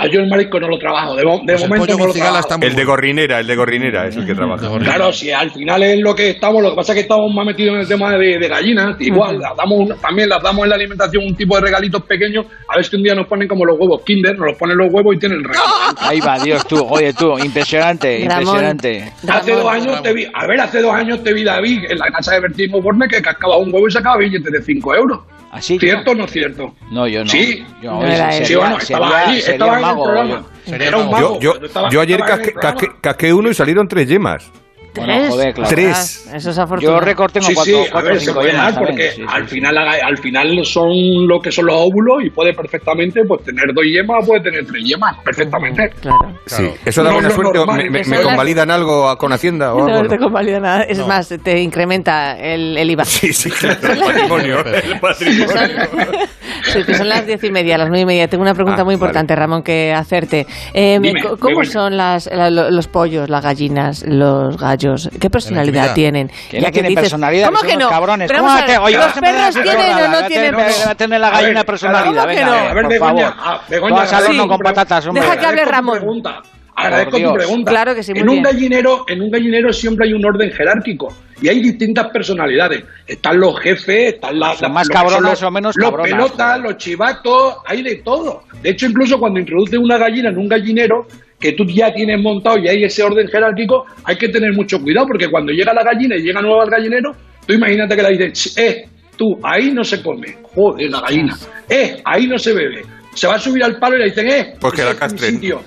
Speaker 7: Ah, yo el marisco no lo trabajo, de, mo- de
Speaker 4: Pues el
Speaker 7: momento
Speaker 4: pollo
Speaker 7: no
Speaker 4: con
Speaker 7: lo
Speaker 4: cigala
Speaker 7: trabajo.
Speaker 4: está muy
Speaker 3: El de
Speaker 4: bueno.
Speaker 3: Gorrinera, el de Gorrinera es el que trabaja.
Speaker 4: gorrinera.
Speaker 7: Claro, si al final es lo que estamos, lo que pasa es que estamos más metidos en el tema de, de gallinas, igual las damos, un- también las damos en la alimentación un tipo de regalitos pequeños, a ver si un día nos ponen como los huevos Kinder, nos los ponen los huevos y tienen regalo.
Speaker 5: Ahí va, Dios, tú. Oye, tú, impresionante,
Speaker 2: Ramón.
Speaker 5: impresionante.
Speaker 7: Hace dos
Speaker 2: Ramón.
Speaker 7: años te vi, a ver, hace dos años te vi David en la casa de Bertismo Borne que cascaba un huevo y sacaba billetes de 5 euros.
Speaker 5: Así.
Speaker 7: ¿Cierto o no cierto?
Speaker 5: No, yo no.
Speaker 7: Sí.
Speaker 5: Yo,
Speaker 2: No
Speaker 5: oye,
Speaker 2: era
Speaker 5: sería-
Speaker 2: él.
Speaker 7: sí, bueno, estaba
Speaker 5: sería-
Speaker 7: allí,
Speaker 5: sería
Speaker 7: estaba en el
Speaker 5: mago,
Speaker 7: programa.
Speaker 4: Sería
Speaker 7: Era un
Speaker 4: mago.
Speaker 7: mago.
Speaker 3: Yo, yo,
Speaker 7: pero estaba-
Speaker 3: yo ayer
Speaker 7: estaba en el
Speaker 3: casqué,
Speaker 7: programa.
Speaker 3: casqué- casqué uno y salieron tres yemas.
Speaker 5: Bueno, joder, claro.
Speaker 3: Tres.
Speaker 2: Ah, eso es
Speaker 5: Yo
Speaker 2: afortunado.
Speaker 5: recorté
Speaker 7: Sí,
Speaker 5: cuatro,
Speaker 7: sí, a
Speaker 5: cuatro o
Speaker 7: ver, se
Speaker 5: cinco
Speaker 7: puede
Speaker 5: yemas
Speaker 7: dar
Speaker 5: también,
Speaker 7: porque
Speaker 5: sí, sí,
Speaker 7: al
Speaker 5: sí.
Speaker 7: final haga- al final son lo que son los óvulos y puede perfectamente pues tener dos yemas o puede tener tres yemas perfectamente.
Speaker 2: Claro.
Speaker 4: Claro.
Speaker 3: Sí. Eso da
Speaker 7: No
Speaker 3: buena
Speaker 7: es lo
Speaker 3: suerte. o
Speaker 7: normal,
Speaker 3: ¿Me, me-
Speaker 7: que
Speaker 3: me
Speaker 7: son las-
Speaker 3: convalidan algo a- con Hacienda o
Speaker 2: No,
Speaker 3: algo?
Speaker 2: no te
Speaker 3: ¿no?
Speaker 2: convalida nada. Es más, te incrementa el, el IVA.
Speaker 3: Sí, sí, claro. El patrimonio. El patrimonio.
Speaker 2: Sí, que son las diez y media, las nueve y media. Tengo una pregunta
Speaker 3: Ah,
Speaker 2: muy
Speaker 3: vale.
Speaker 2: importante, Ramón, que hacerte. Eh,
Speaker 7: Dime,
Speaker 2: co- ¿Cómo
Speaker 7: Begoña.
Speaker 2: son las, la- lo- los pollos, las gallinas, los gallos? ¿Qué personalidad
Speaker 4: Personalidad.
Speaker 2: tienen?
Speaker 5: Que no tienen personalidad.
Speaker 2: ¿Cómo que
Speaker 5: son
Speaker 2: no?
Speaker 5: unos Cabrones.
Speaker 2: Pero
Speaker 5: ¿Cómo
Speaker 2: vamos a
Speaker 5: va a
Speaker 2: ver,
Speaker 5: tener- oye,
Speaker 2: ¿Los
Speaker 5: déjame
Speaker 2: perros
Speaker 5: hacer
Speaker 2: tienen
Speaker 5: nada,
Speaker 2: o no
Speaker 5: va a
Speaker 2: tienen
Speaker 5: tener- Va a tener la
Speaker 7: A ver,
Speaker 5: gallina
Speaker 7: cada-
Speaker 5: personalidad.
Speaker 2: ¿cómo que no?
Speaker 5: Venga,
Speaker 7: A ver,
Speaker 5: por
Speaker 7: Begoña,
Speaker 5: favor.
Speaker 7: ah, Begoña,
Speaker 5: Todas al horno
Speaker 2: sí.
Speaker 5: con patatas, hombre.
Speaker 2: Deja que hable
Speaker 7: Agradezco tu
Speaker 2: Ramón.
Speaker 7: pregunta, Agradezco
Speaker 5: Por
Speaker 7: tu
Speaker 5: Dios.
Speaker 7: pregunta.
Speaker 2: Claro que sí, muy
Speaker 7: en un
Speaker 2: bien.
Speaker 7: gallinero, en un gallinero siempre hay un orden jerárquico y hay distintas personalidades. Están los jefes, están las
Speaker 5: Son más
Speaker 7: lo que son
Speaker 5: cabronas
Speaker 7: los-
Speaker 5: o menos
Speaker 7: los
Speaker 5: cabronas,
Speaker 7: pelotas,
Speaker 5: joder.
Speaker 7: los chivatos, hay de todo. De hecho, incluso cuando introduces una gallina en un gallinero que tú ya tienes montado y hay ese orden jerárquico, hay que tener mucho cuidado porque cuando llega la gallina y llega nueva al gallinero, tú imagínate que la dices, eh, tú, ahí no se come, joder, la gallina, eh, ahí no se bebe. Se va a subir al palo y le dicen, eh,
Speaker 3: Pues que
Speaker 7: ese
Speaker 3: la
Speaker 7: es mi
Speaker 3: castren.
Speaker 7: sitio.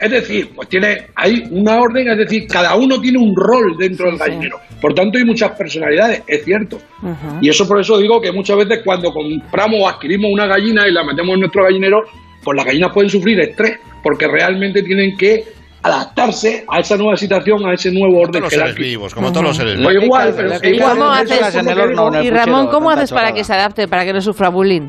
Speaker 7: Es decir, pues tiene, hay una orden, es decir, cada uno tiene un rol dentro del gallinero. Por tanto, hay muchas personalidades, es cierto. Y eso por eso digo que muchas veces cuando compramos o adquirimos una gallina y la metemos en nuestro gallinero, pues las gallinas pueden sufrir estrés, porque realmente tienen que adaptarse a esa nueva situación, a ese nuevo
Speaker 4: Todos
Speaker 7: orden
Speaker 4: los seres
Speaker 7: jerárquico.
Speaker 4: vivos, como todos los seres
Speaker 7: Pues
Speaker 4: vivos.
Speaker 7: igual,
Speaker 5: Las
Speaker 7: pero
Speaker 5: picas,
Speaker 2: ¿Y,
Speaker 5: las
Speaker 7: igual,
Speaker 2: cómo
Speaker 5: picas,
Speaker 7: eso
Speaker 2: haces,
Speaker 5: las
Speaker 7: es lo
Speaker 5: en el
Speaker 7: que
Speaker 5: horno,
Speaker 7: digo.
Speaker 5: en el
Speaker 2: y
Speaker 5: puchero,
Speaker 2: Ramón, ¿cómo
Speaker 5: tanta
Speaker 2: haces para que se
Speaker 5: chorrada.
Speaker 2: adapte, para que no sufra bullying?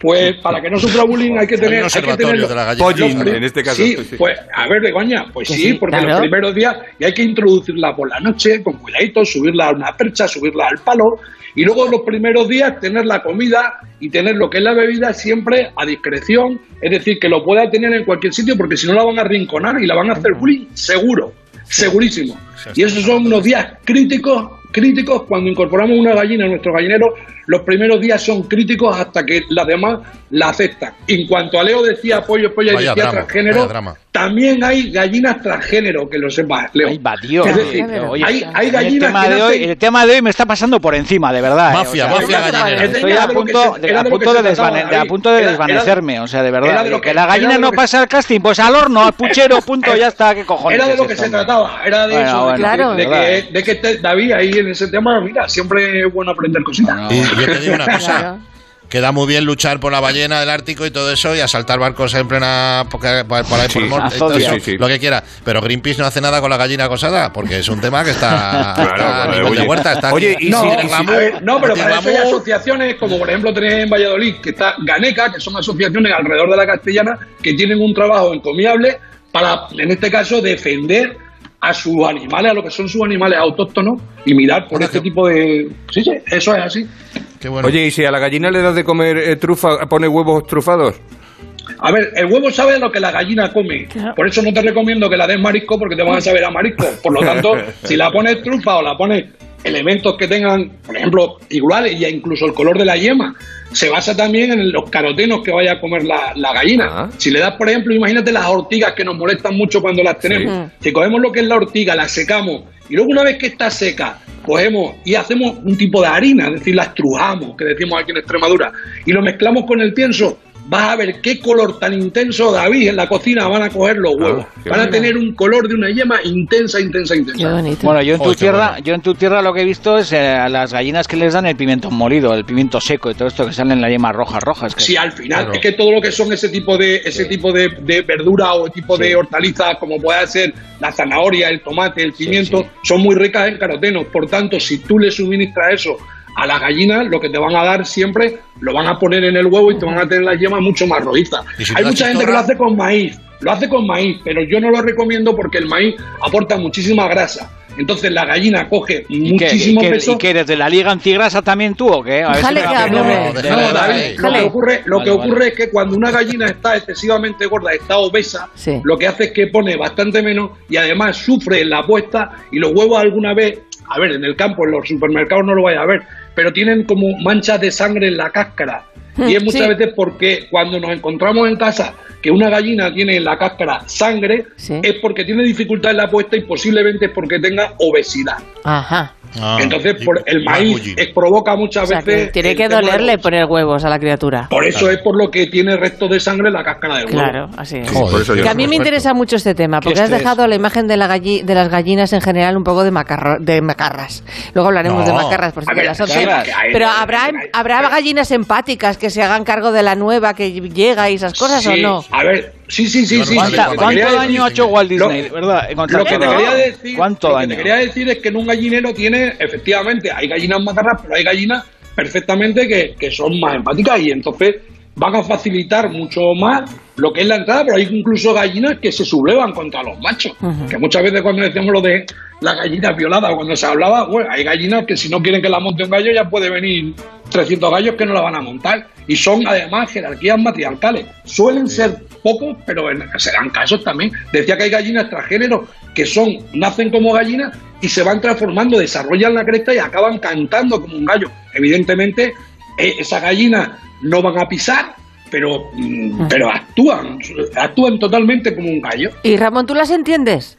Speaker 7: Pues para que no sufra bullying hay que
Speaker 4: Hay
Speaker 7: tener.
Speaker 4: un
Speaker 7: hay que
Speaker 4: observatorio
Speaker 7: tener-
Speaker 4: de la gallina.
Speaker 3: Pollín,
Speaker 4: Los-
Speaker 3: en este caso.
Speaker 7: Sí,
Speaker 3: sí, sí.
Speaker 7: pues a ver, Begoña, pues
Speaker 2: Que
Speaker 7: sí,
Speaker 2: sí,
Speaker 7: porque
Speaker 2: claro.
Speaker 7: los primeros días y hay que introducirla por la noche con cuidadito, subirla a una percha, subirla al palo y luego los primeros días tener la comida y tener lo que es la bebida siempre a discreción, es decir, que lo pueda tener en cualquier sitio porque si no la van a arrinconar y la van a hacer bullying seguro, segurísimo. Y esos son unos días críticos críticos cuando incorporamos una gallina a nuestro gallinero los primeros días son críticos hasta que las demás la aceptan en cuanto a Leo decía pollo pollo y
Speaker 4: Vaya
Speaker 7: decía
Speaker 4: drama,
Speaker 7: transgénero
Speaker 4: vaya drama.
Speaker 7: también hay gallinas transgénero, que lo sepas, Leo.
Speaker 5: Ay, va, tío. eh,
Speaker 7: Es decir,
Speaker 5: Oye,
Speaker 7: hay, hay
Speaker 5: el
Speaker 7: gallinas
Speaker 5: tema,
Speaker 7: que
Speaker 5: de hoy,
Speaker 7: nacen-
Speaker 5: el tema de hoy me está pasando por encima, de verdad. eh,
Speaker 4: Mafia,
Speaker 5: o sea,
Speaker 4: mafia gallinera.
Speaker 5: Estoy
Speaker 7: Era
Speaker 5: a
Speaker 7: de lo
Speaker 5: punto,
Speaker 7: que se-
Speaker 5: de,
Speaker 7: era
Speaker 5: a
Speaker 7: de lo
Speaker 5: punto
Speaker 7: que
Speaker 5: de,
Speaker 7: se trataba,
Speaker 5: desvane- de- a
Speaker 7: David.
Speaker 5: punto de
Speaker 7: Era- era-
Speaker 5: desvanecerme, o sea, de
Speaker 7: era
Speaker 5: verdad.
Speaker 7: de
Speaker 5: digo,
Speaker 7: lo
Speaker 5: que,
Speaker 7: que-
Speaker 5: la
Speaker 7: era de
Speaker 5: gallina
Speaker 7: lo
Speaker 5: no
Speaker 7: que-
Speaker 5: pasa al casting, pues al horno, al puchero, punto, ya está, qué cojones.
Speaker 7: Era de
Speaker 5: es
Speaker 7: lo que
Speaker 5: esto,
Speaker 7: se
Speaker 5: hombre?
Speaker 7: trataba, era de
Speaker 5: Bueno,
Speaker 7: eso, de,
Speaker 5: bueno,
Speaker 7: que-
Speaker 2: claro.
Speaker 7: de
Speaker 5: verdad.
Speaker 7: que, de que te- David ahí en ese tema, mira, siempre es bueno aprender cositas.
Speaker 5: No,
Speaker 4: Y yo te digo una
Speaker 2: Claro.
Speaker 4: cosa. Queda muy bien luchar por la ballena del Ártico y todo eso y asaltar barcos en plena. porque- por, por ahí por
Speaker 3: Sí,
Speaker 4: el norte y todo
Speaker 5: Azovia.
Speaker 4: eso,
Speaker 3: Sí, sí.
Speaker 4: lo que quiera. Pero Greenpeace no hace nada con la gallina acosada porque es un tema que está.
Speaker 3: Claro,
Speaker 4: está a
Speaker 3: claro,
Speaker 4: nivel de
Speaker 3: oye.
Speaker 4: huerta, está
Speaker 3: Oye,
Speaker 4: aquí.
Speaker 3: y
Speaker 7: No,
Speaker 3: si-
Speaker 4: Tiene
Speaker 3: y si-
Speaker 7: a
Speaker 4: glamour,
Speaker 7: ver, no, pero
Speaker 4: tiene
Speaker 7: para eso hay
Speaker 4: glamour.
Speaker 7: asociaciones, como por ejemplo tenés en Valladolid, que está Ganeca, que son asociaciones alrededor de la castellana, que tienen un trabajo encomiable para, en este caso, defender a sus animales, a lo que son sus animales autóctonos, y mirar por este tipo de... Sí, sí, eso es así.
Speaker 4: Qué bueno.
Speaker 3: Oye, ¿y si a la gallina le das de comer eh, trufa, pone huevos trufados?
Speaker 7: A ver, el huevo sabe lo que la gallina come. Por eso no te recomiendo que la des marisco porque te van a saber a marisco. Por lo tanto, si la pones trufa o la pones elementos que tengan, por ejemplo, iguales y incluso el color de la yema, se basa también en los carotenos que vaya a comer la, la gallina.
Speaker 3: Ah.
Speaker 7: Si le das, por ejemplo, imagínate las ortigas que nos molestan mucho cuando las tenemos. Si cogemos lo que es la ortiga, la secamos y luego una vez que está seca, cogemos y hacemos un tipo de harina, es decir, la estrujamos, que decimos aquí en Extremadura, y lo mezclamos con el pienso, vas a ver qué color tan intenso, David, en la cocina van a coger los huevos.
Speaker 3: Ah, qué
Speaker 7: van a
Speaker 3: bueno.
Speaker 7: tener un color de una yema intensa, intensa,
Speaker 2: Qué
Speaker 7: intensa.
Speaker 2: bonito.
Speaker 5: Bueno, yo en tu
Speaker 4: Oh, qué
Speaker 5: tierra,
Speaker 4: bueno.
Speaker 5: yo en tu tierra lo que he visto es eh, a las gallinas que les dan el pimiento molido, el pimiento seco y todo esto que salen las yemas rojas, rojas. que-
Speaker 7: Si al final
Speaker 4: Claro.
Speaker 7: es que todo lo que son ese tipo de ese tipo de, de verdura o tipo de hortalizas como puede ser la zanahoria, el tomate, el pimiento,
Speaker 5: sí.
Speaker 7: son muy ricas en carotenos. Por tanto, si tú le suministras eso a las gallinas, lo que te van a dar siempre lo van a poner en el huevo y te van a tener las yemas mucho más rojizas.
Speaker 4: ¿Y si te
Speaker 7: Hay
Speaker 4: das
Speaker 7: mucha gente que
Speaker 4: chistorra?
Speaker 7: lo hace con maíz, lo hace con maíz, pero yo no lo recomiendo porque el maíz aporta muchísima grasa. Entonces la gallina coge
Speaker 5: ¿Y qué,
Speaker 7: muchísimo
Speaker 5: y qué-
Speaker 7: peso.
Speaker 5: y qué, desde la Liga Antigrasa también tú o qué? A ver
Speaker 2: Déjale
Speaker 5: me
Speaker 2: que
Speaker 5: la-
Speaker 2: hable, hombre.
Speaker 4: No,
Speaker 7: No,
Speaker 4: Déjale,
Speaker 7: David, lo
Speaker 2: déjale.
Speaker 7: que ocurre, lo
Speaker 5: Vale,
Speaker 7: que ocurre
Speaker 5: vale.
Speaker 7: es que cuando una gallina está excesivamente gorda, está obesa,
Speaker 2: Sí.
Speaker 7: lo que hace es que pone bastante menos y además sufre en la puesta y los huevos alguna vez, a ver, en el campo, en los supermercados no lo vaya a ver, pero tienen como manchas de sangre en la cáscara. Y es muchas
Speaker 2: Sí.
Speaker 7: veces porque cuando nos encontramos en casa que una gallina tiene en la cáscara sangre,
Speaker 2: Sí.
Speaker 7: es porque tiene dificultad en la puesta y posiblemente es porque tenga obesidad.
Speaker 2: Ajá.
Speaker 4: Ah,
Speaker 7: Entonces,
Speaker 4: y-
Speaker 7: por el
Speaker 4: y
Speaker 7: maíz
Speaker 4: magulli.
Speaker 7: eh, provoca
Speaker 2: O
Speaker 7: muchas
Speaker 2: sea, que
Speaker 7: veces.
Speaker 2: tiene
Speaker 7: el
Speaker 2: que
Speaker 7: tema de eh, la
Speaker 2: dolerle
Speaker 7: obesidad.
Speaker 2: poner huevos a la criatura.
Speaker 7: Por eso es por lo que tiene restos de sangre en la cáscara de huevo.
Speaker 2: Claro, así es.
Speaker 4: Joder,
Speaker 3: por eso yo
Speaker 2: Que a
Speaker 3: no
Speaker 2: mí me
Speaker 3: recuerdo.
Speaker 2: interesa mucho este tema, porque has
Speaker 7: estrés.
Speaker 2: dejado la imagen de, la galli- de las gallinas en general un poco de, macarro- de macarras. Luego hablaremos
Speaker 4: No.
Speaker 2: de macarras, por cierto,
Speaker 7: ver,
Speaker 2: las once.
Speaker 7: macarras, que hay-
Speaker 2: Pero habrá,
Speaker 7: hay-
Speaker 2: habrá gallinas empáticas que se hagan cargo de la nueva que llega y esas cosas, ¿o
Speaker 7: Sí,
Speaker 2: no?
Speaker 7: A ver, sí, sí, sí. sí,
Speaker 4: ¿Cuánta-
Speaker 7: sí, lo que te
Speaker 5: ¿Cuánto
Speaker 7: quería decir-
Speaker 5: daño ha hecho Walt Disney?
Speaker 7: Lo-
Speaker 5: ¿Verdad? En
Speaker 7: Lo que, te
Speaker 5: contrato.
Speaker 7: quería decir,
Speaker 5: ¿Cuánto
Speaker 7: lo que
Speaker 5: daño?
Speaker 7: te quería decir es que en un gallinero tiene, efectivamente, hay gallinas macarras, pero hay gallinas perfectamente que, que son más empáticas y entonces van a facilitar mucho más lo que es la entrada, pero hay incluso gallinas que se sublevan contra los machos, que muchas veces cuando decimos lo de las gallinas violadas, cuando se hablaba, bueno, hay gallinas que si no quieren que la monte un gallo ya puede venir 300 gallos que no la van a montar y son además jerarquías matriarcales, suelen ser pocos, pero en- se dan casos también. Decía que hay gallinas transgénero que son, nacen como gallinas y se van transformando, desarrollan la cresta y acaban cantando como un gallo. Evidentemente, eh, esas gallinas no van a pisar, pero, mm, pero actúan, actúan totalmente como un gallo.
Speaker 2: Y Ramón, ¿tú las entiendes?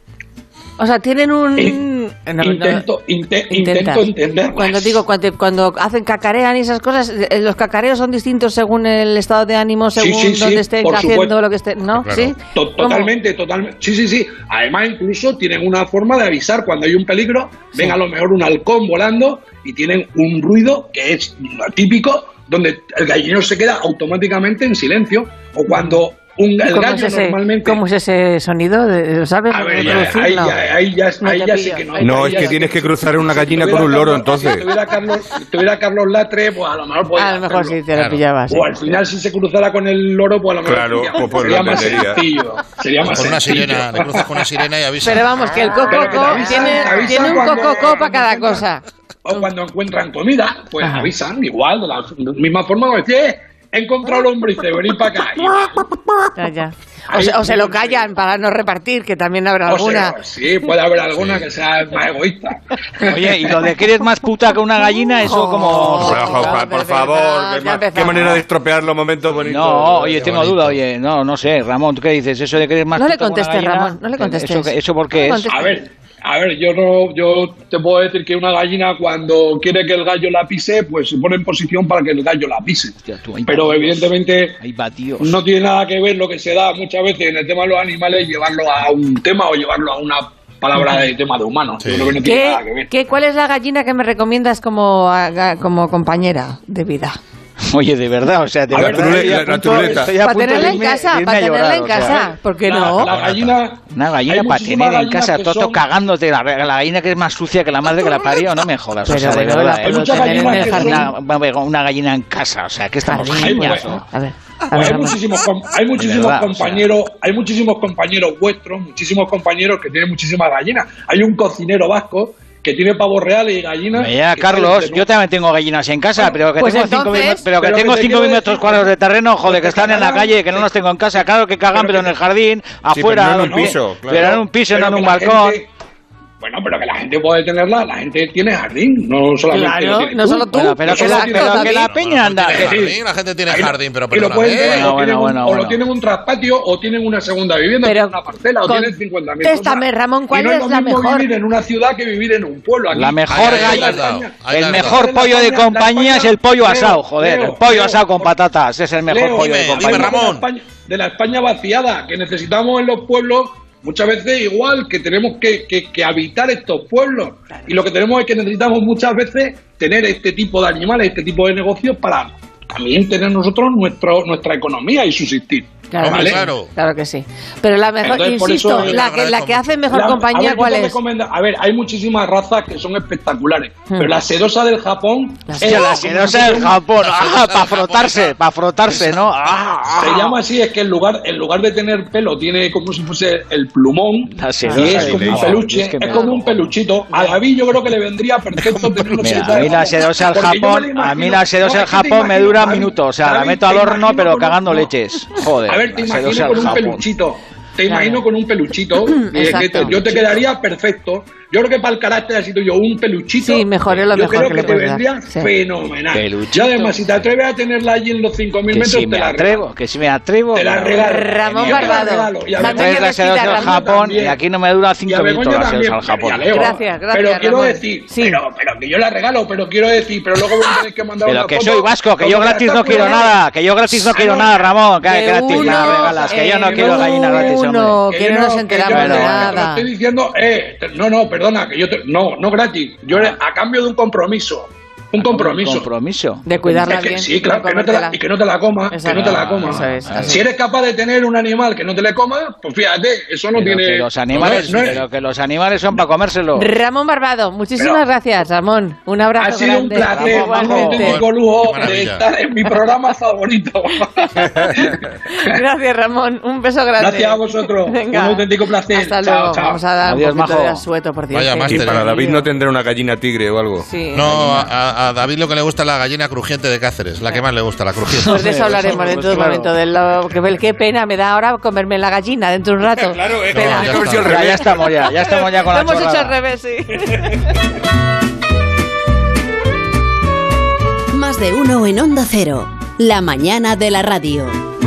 Speaker 2: O sea, tienen un...
Speaker 7: In-
Speaker 2: No, no,
Speaker 7: Eh, intento, inte-
Speaker 2: intentas.
Speaker 7: intento entenderlas.
Speaker 2: Cuando digo, cuando, cuando hacen cacarean y esas cosas, eh, los cacareos son distintos según el estado de ánimo,
Speaker 7: Sí,
Speaker 2: según
Speaker 7: sí, sí,
Speaker 2: donde estén
Speaker 7: por
Speaker 2: haciendo
Speaker 7: supuesto.
Speaker 2: lo que estén, ¿no?
Speaker 4: Claro.
Speaker 2: ¿Sí?
Speaker 7: To-
Speaker 2: ¿Cómo?
Speaker 7: Totalmente, totalmente. Sí, sí, sí. Además, incluso tienen una forma de avisar cuando hay un peligro. Ven a lo mejor un halcón volando y tienen un ruido que es típico, donde el gallinero se queda automáticamente en silencio. O cuando un el
Speaker 2: ¿Cómo
Speaker 7: gallo
Speaker 2: es ese,
Speaker 7: normalmente.
Speaker 2: cómo es ese sonido? De- ¿Lo sabes?
Speaker 7: A ver, ya,
Speaker 2: reproducir?
Speaker 7: ahí,
Speaker 2: No.
Speaker 7: ya, eh, ahí ya-
Speaker 2: No
Speaker 7: ahí
Speaker 2: te
Speaker 7: ya sé
Speaker 2: pillo.
Speaker 7: que no.
Speaker 3: No,
Speaker 7: ahí
Speaker 3: es
Speaker 7: ya
Speaker 3: que
Speaker 7: sé
Speaker 3: tienes que cruzar una gallina
Speaker 7: tuviera
Speaker 3: con un loro,
Speaker 7: Carlos-
Speaker 3: entonces.
Speaker 7: Si tuviera Carlos, si tuviera Carlos Latre, pues a lo mejor podría
Speaker 2: Ah, A lo mejor
Speaker 7: hacerlo.
Speaker 2: sí te lo
Speaker 4: Claro.
Speaker 2: pillabas. sí.
Speaker 7: O al final, si se cruzara con el loro, pues a lo mejor
Speaker 3: Claro,
Speaker 7: sería-
Speaker 3: pues, pues,
Speaker 7: sería
Speaker 3: lo
Speaker 7: más
Speaker 3: entendería.
Speaker 7: sencillo. Sería más
Speaker 4: Con una
Speaker 7: sencillo.
Speaker 4: sirena, le cruzas con una sirena y avisa.
Speaker 2: Pero vamos, que el
Speaker 7: Pero que te
Speaker 2: cococo
Speaker 7: avisan,
Speaker 2: tiene,
Speaker 7: te avisan
Speaker 2: tiene un
Speaker 7: cuando-
Speaker 2: cococo para
Speaker 7: cuando
Speaker 2: cada
Speaker 7: encuentran-
Speaker 2: cosa.
Speaker 7: O cuando encuentran comida, pues
Speaker 2: Ajá.
Speaker 7: avisan igual, de la misma forma como decir, "Eh, he encontrado lombrices, venid para acá. Y-
Speaker 2: Ya, ya. O,
Speaker 7: Ahí-
Speaker 2: se, o se lo callan para no repartir, que también habrá
Speaker 7: o sea,
Speaker 2: alguna.
Speaker 7: pues, sí, puede haber alguna que sea más egoísta.
Speaker 5: Oye, y lo de que eres más puta que una gallina, eso
Speaker 2: Oh.
Speaker 5: como...
Speaker 3: Por favor,
Speaker 2: de
Speaker 3: por
Speaker 2: verdad,
Speaker 3: favor,
Speaker 2: ya
Speaker 3: qué ma- qué
Speaker 2: empezamos.
Speaker 3: manera de estropear los momentos bonitos.
Speaker 5: No, oye, tengo
Speaker 4: bonito.
Speaker 5: duda, oye, no, no sé, Ramón, ¿tú qué dices? Eso de que eres más
Speaker 2: No le
Speaker 5: puta que una
Speaker 2: contestes,
Speaker 5: gallina,
Speaker 2: Ramón, no le contestes.
Speaker 5: ¿Eso, eso por qué
Speaker 2: No
Speaker 5: es?
Speaker 2: le
Speaker 7: A ver, a ver, yo no, yo te puedo decir que una gallina cuando quiere que el gallo la pise, pues se pone en posición para que el gallo la pise.
Speaker 5: Hostia, tú, ahí
Speaker 7: Pero
Speaker 5: va Dios.
Speaker 7: evidentemente
Speaker 5: Ahí va, Dios.
Speaker 7: Pues No tiene nada que ver lo que se da muchas veces en el tema de los animales, llevarlo a un tema o llevarlo a una palabra de tema de humanos.
Speaker 4: Sí.
Speaker 7: Yo creo que no tiene nada que
Speaker 2: ¿Qué,
Speaker 7: ver.
Speaker 2: qué- ¿Cuál es la gallina que me recomiendas como, haga- como compañera de vida?
Speaker 5: Oye, de verdad, o sea, de
Speaker 7: A ver,
Speaker 5: verdad.
Speaker 7: la
Speaker 5: estoy a
Speaker 3: truleta, la
Speaker 5: punto-
Speaker 3: truleta.
Speaker 5: estoy a
Speaker 2: Para
Speaker 5: punto de
Speaker 2: tenerla en
Speaker 5: irme-
Speaker 2: casa,
Speaker 5: de irme
Speaker 2: para
Speaker 5: a llorar,
Speaker 2: tenerla en
Speaker 5: o sea.
Speaker 2: casa, ¿por qué
Speaker 7: La-
Speaker 2: no?
Speaker 7: La gallina,
Speaker 5: Una gallina
Speaker 7: hay
Speaker 5: para
Speaker 7: muchísimas
Speaker 5: tener en
Speaker 7: gallinas
Speaker 5: casa,
Speaker 7: que
Speaker 5: todo
Speaker 7: son-
Speaker 5: cagándote, la, la gallina que es más sucia que la madre que la parió, no me jodas,
Speaker 2: Pero
Speaker 5: o sea, de
Speaker 2: bueno,
Speaker 5: verdad,
Speaker 2: la
Speaker 5: ¿eh?
Speaker 7: Hay
Speaker 2: puedo
Speaker 7: muchas
Speaker 2: tener en
Speaker 7: gallinas
Speaker 2: el
Speaker 7: que
Speaker 5: Una-
Speaker 7: son-
Speaker 2: jardín.
Speaker 5: Una, una gallina en casa, o sea, que estamos
Speaker 2: Jardín.
Speaker 5: genias.
Speaker 7: bueno.
Speaker 2: A ver, a
Speaker 7: Pues
Speaker 2: ver,
Speaker 7: hay
Speaker 2: Ramón.
Speaker 7: muchísimos, com- hay muchísimos
Speaker 5: verdad, o sea.
Speaker 7: compañeros, hay muchísimos compañeros vuestros, muchísimos compañeros que tienen muchísimas gallinas. Hay un cocinero vasco que tiene pavos reales y gallinas.
Speaker 5: Mira,
Speaker 7: que
Speaker 5: Carlos,
Speaker 7: salen de-
Speaker 5: yo también tengo gallinas en casa, pero que
Speaker 2: pues
Speaker 5: tengo
Speaker 2: entonces-
Speaker 5: cinco, minu- pero que
Speaker 7: Pero
Speaker 5: tengo
Speaker 7: que te
Speaker 5: cinco
Speaker 7: quiero
Speaker 5: metros
Speaker 7: decir-
Speaker 5: cuadrados de terreno, joder, que
Speaker 7: que
Speaker 5: están en la
Speaker 7: cagan-
Speaker 5: calle, que no los tengo en casa. Claro que cagan, pero en el jardín, afuera,
Speaker 3: pero no en un
Speaker 5: ¿no?
Speaker 3: piso, claro.
Speaker 5: pero en un piso, no
Speaker 7: Pero
Speaker 5: en
Speaker 7: que
Speaker 5: un
Speaker 7: la
Speaker 5: balcón.
Speaker 7: gente- bueno, pero que la gente puede tenerla, la gente tiene jardín, no solamente.
Speaker 2: Claro,
Speaker 7: lo tienes
Speaker 2: no solo tú,
Speaker 5: Bueno, pero
Speaker 7: no
Speaker 5: que
Speaker 7: solo
Speaker 5: la,
Speaker 7: tienes
Speaker 5: pero
Speaker 7: tú.
Speaker 5: que la
Speaker 2: también.
Speaker 5: peña anda.
Speaker 4: Tiene
Speaker 5: que-
Speaker 4: jardín, la gente tiene jardín, pero eh.
Speaker 7: Y lo pueden tener,
Speaker 5: Ah, Bueno,
Speaker 7: o,
Speaker 5: bueno,
Speaker 7: tienen un,
Speaker 5: bueno,
Speaker 7: o
Speaker 5: bueno.
Speaker 7: lo tienen un traspatio o tienen una segunda vivienda,
Speaker 2: Pero
Speaker 7: o tienen una parcela o
Speaker 2: con-
Speaker 7: tienen 50.000
Speaker 2: Téstame,
Speaker 7: cosas.
Speaker 2: Ramón, ¿cuál
Speaker 7: Y no es,
Speaker 2: es
Speaker 7: lo
Speaker 2: la
Speaker 7: mismo
Speaker 2: mejor?
Speaker 7: vivir en una ciudad que vivir en un pueblo. Aquí.
Speaker 5: La mejor
Speaker 4: Ahí, ahí,
Speaker 5: gallina.
Speaker 4: ahí, ahí,
Speaker 5: El
Speaker 4: ahí,
Speaker 5: mejor
Speaker 7: ahí.
Speaker 5: pollo de
Speaker 7: La España-
Speaker 5: compañía es el pollo
Speaker 7: Leo,
Speaker 5: asado, joder.
Speaker 7: Leo,
Speaker 5: El pollo
Speaker 7: Leo,
Speaker 5: asado con
Speaker 7: por-
Speaker 5: patatas es el mejor
Speaker 7: Leo,
Speaker 5: pollo de
Speaker 4: dime,
Speaker 5: compañía.
Speaker 4: dime, Ramón.
Speaker 7: De la, España, de la España vaciada, que necesitamos en los pueblos, muchas veces igual, que tenemos que, que- que habitar estos pueblos. Y lo que tenemos es que necesitamos muchas veces tener este tipo de animales, este tipo de negocios para también tener nosotros nuestro, nuestra economía y subsistir.
Speaker 2: Claro,
Speaker 4: Hombre,
Speaker 2: ¿vale?
Speaker 4: claro.
Speaker 2: claro que sí. Pero la mejor,
Speaker 7: Entonces, por
Speaker 2: insisto,
Speaker 7: eso-
Speaker 2: la que, la que hace mejor
Speaker 7: La- a
Speaker 2: compañía,
Speaker 7: ver,
Speaker 2: ¿cuál
Speaker 7: yo te
Speaker 2: es?
Speaker 7: recomiendo- a ver, hay muchísimas razas que son espectaculares, pero la sedosa del Japón
Speaker 2: Hmm. La
Speaker 7: es-
Speaker 5: Hostia, la sedosa del
Speaker 4: La
Speaker 5: Japón.
Speaker 4: sedosa
Speaker 5: Ah,
Speaker 4: del
Speaker 5: para
Speaker 4: Japón,
Speaker 5: frotarse,
Speaker 4: esa.
Speaker 5: para frotarse, ¿no? Ah, ah.
Speaker 7: se llama así, es que en lugar, en lugar de tener pelo, tiene como si fuese el plumón.
Speaker 5: La sedosa
Speaker 7: y es
Speaker 5: del
Speaker 7: como un
Speaker 5: Japón.
Speaker 7: peluche,
Speaker 5: Es
Speaker 7: es,
Speaker 5: que me-
Speaker 7: como un peluchito. A David yo creo que le vendría perfecto tenerlo
Speaker 5: Mira,
Speaker 7: siempre
Speaker 5: a mí
Speaker 7: de
Speaker 5: la
Speaker 7: fondo,
Speaker 5: sedosa al
Speaker 7: porque yo me
Speaker 5: Japón,
Speaker 7: lo imagino-
Speaker 5: a mí la
Speaker 7: no,
Speaker 5: sedosa al
Speaker 7: es que te
Speaker 5: Japón me
Speaker 7: imagino,
Speaker 5: dura
Speaker 7: David,
Speaker 5: minutos, o sea, la
Speaker 7: David,
Speaker 5: meto al
Speaker 7: te
Speaker 5: horno
Speaker 7: imagino
Speaker 5: pero
Speaker 7: con un-
Speaker 5: cagando
Speaker 7: no.
Speaker 5: leches. Joder.
Speaker 7: A ver, te
Speaker 5: la
Speaker 7: imagino
Speaker 5: sedosa
Speaker 7: con
Speaker 5: al
Speaker 7: un
Speaker 5: Japón.
Speaker 7: peluchito. Te
Speaker 2: Claro.
Speaker 7: imagino con un peluchito. y es que te-
Speaker 2: Exacto.
Speaker 7: yo te quedaría perfecto. Yo creo que para el carácter así tuyo, un peluchito.
Speaker 2: Sí, mejor es lo
Speaker 7: yo
Speaker 2: mejor
Speaker 7: creo
Speaker 2: que
Speaker 7: que,
Speaker 2: le
Speaker 7: te
Speaker 2: puedes dar,
Speaker 7: vendría
Speaker 2: sí.
Speaker 7: fenomenal.
Speaker 5: Peluchito.
Speaker 7: Y además, si te atreves a tenerla allí en los 5.000
Speaker 5: Que
Speaker 7: metros,
Speaker 5: si
Speaker 7: te
Speaker 5: me
Speaker 7: la
Speaker 5: atrevo, que si me atrevo.
Speaker 7: Te la regalo.
Speaker 2: Ramón
Speaker 7: Yo te la
Speaker 2: Barbado.
Speaker 7: regalo. Y además-
Speaker 2: Tanto que
Speaker 5: Entonces la
Speaker 2: decida
Speaker 5: sedación al
Speaker 2: Ramón
Speaker 5: Japón
Speaker 7: también.
Speaker 5: y aquí no me dura
Speaker 7: Y a
Speaker 5: 5 minutos
Speaker 7: Begoña
Speaker 5: la
Speaker 7: también,
Speaker 5: sedación al Japón.
Speaker 7: y a Leo.
Speaker 2: Gracias, gracias,
Speaker 7: Pero quiero
Speaker 2: Ramón.
Speaker 7: decir,
Speaker 2: Sí.
Speaker 7: pero, pero que yo la regalo, pero quiero decir, pero luego voy a tener que mandar
Speaker 5: Pero
Speaker 7: una
Speaker 5: que
Speaker 7: foto
Speaker 5: soy vasco, que yo
Speaker 7: como la
Speaker 5: gratis
Speaker 7: estás
Speaker 5: no quiero
Speaker 7: cuidando.
Speaker 5: nada, que yo gratis no
Speaker 7: Ah,
Speaker 5: quiero
Speaker 7: no.
Speaker 5: nada, Ramón, que
Speaker 2: De
Speaker 5: gratis me la
Speaker 2: uno,
Speaker 5: regalas, que yo no
Speaker 2: en
Speaker 5: quiero gallinas gratis,
Speaker 2: uno.
Speaker 5: hombre.
Speaker 2: que no nos enteramos
Speaker 5: de
Speaker 7: no,
Speaker 2: nada.
Speaker 7: no estoy diciendo, eh, te- no, no, perdona, que yo te- no, no gratis. Yo era a cambio de un compromiso. Un compromiso.
Speaker 5: Compromiso.
Speaker 2: De cuidarla
Speaker 7: Es que
Speaker 2: bien.
Speaker 7: sí, claro,
Speaker 2: de
Speaker 7: que no te la,
Speaker 2: comértela.
Speaker 7: y que no te la comas, que
Speaker 2: Exacto.
Speaker 7: no te la comas.
Speaker 2: Eso es, así.
Speaker 7: si eres capaz de tener un animal que no te le coma, pues fíjate, eso no
Speaker 5: Pero
Speaker 7: tiene.
Speaker 5: que los animales,
Speaker 7: no es- no es-
Speaker 5: pero que los animales son para comérselos.
Speaker 2: Ramón Barbado, muchísimas
Speaker 7: Pero-
Speaker 2: gracias, Ramón. Un abrazo
Speaker 7: Ha sido un
Speaker 2: grande.
Speaker 7: placer,
Speaker 5: Ramón,
Speaker 7: un auténtico
Speaker 4: Ramón.
Speaker 7: lujo de
Speaker 4: Maravilla.
Speaker 7: estar en mi programa favorito.
Speaker 2: Gracias, Ramón. Un beso grande.
Speaker 7: Gracias a vosotros.
Speaker 2: Venga.
Speaker 7: Un auténtico placer.
Speaker 2: Hasta
Speaker 7: Chao,
Speaker 2: luego.
Speaker 7: chao.
Speaker 2: Vamos a dar
Speaker 5: Adiós,
Speaker 2: un poquito
Speaker 5: majo.
Speaker 2: de asueto, por cierto.
Speaker 4: Vaya
Speaker 3: Y
Speaker 4: máster.
Speaker 3: para para David no tendrá una gallina tigre o algo.
Speaker 2: ¿eh? Sí.
Speaker 4: No, a, a David lo que le gusta es la gallina crujiente de Cáceres, la que más le gusta, la crujiente.
Speaker 2: Pues de eso hablaremos
Speaker 5: Pues
Speaker 2: dentro de un
Speaker 5: claro.
Speaker 2: momento. De lo, que, qué pena me da ahora comerme la gallina dentro de un rato.
Speaker 3: Claro, es
Speaker 4: No,
Speaker 3: que
Speaker 4: ya
Speaker 3: tiene que haber
Speaker 4: está.
Speaker 3: sido al
Speaker 5: Ya,
Speaker 3: revés.
Speaker 5: ya estamos ya, ya estamos ya con
Speaker 2: Lo
Speaker 5: la
Speaker 2: hemos hecho
Speaker 5: chorrada.
Speaker 2: al revés, sí.
Speaker 1: Más de uno en Onda Cero. La mañana de la radio.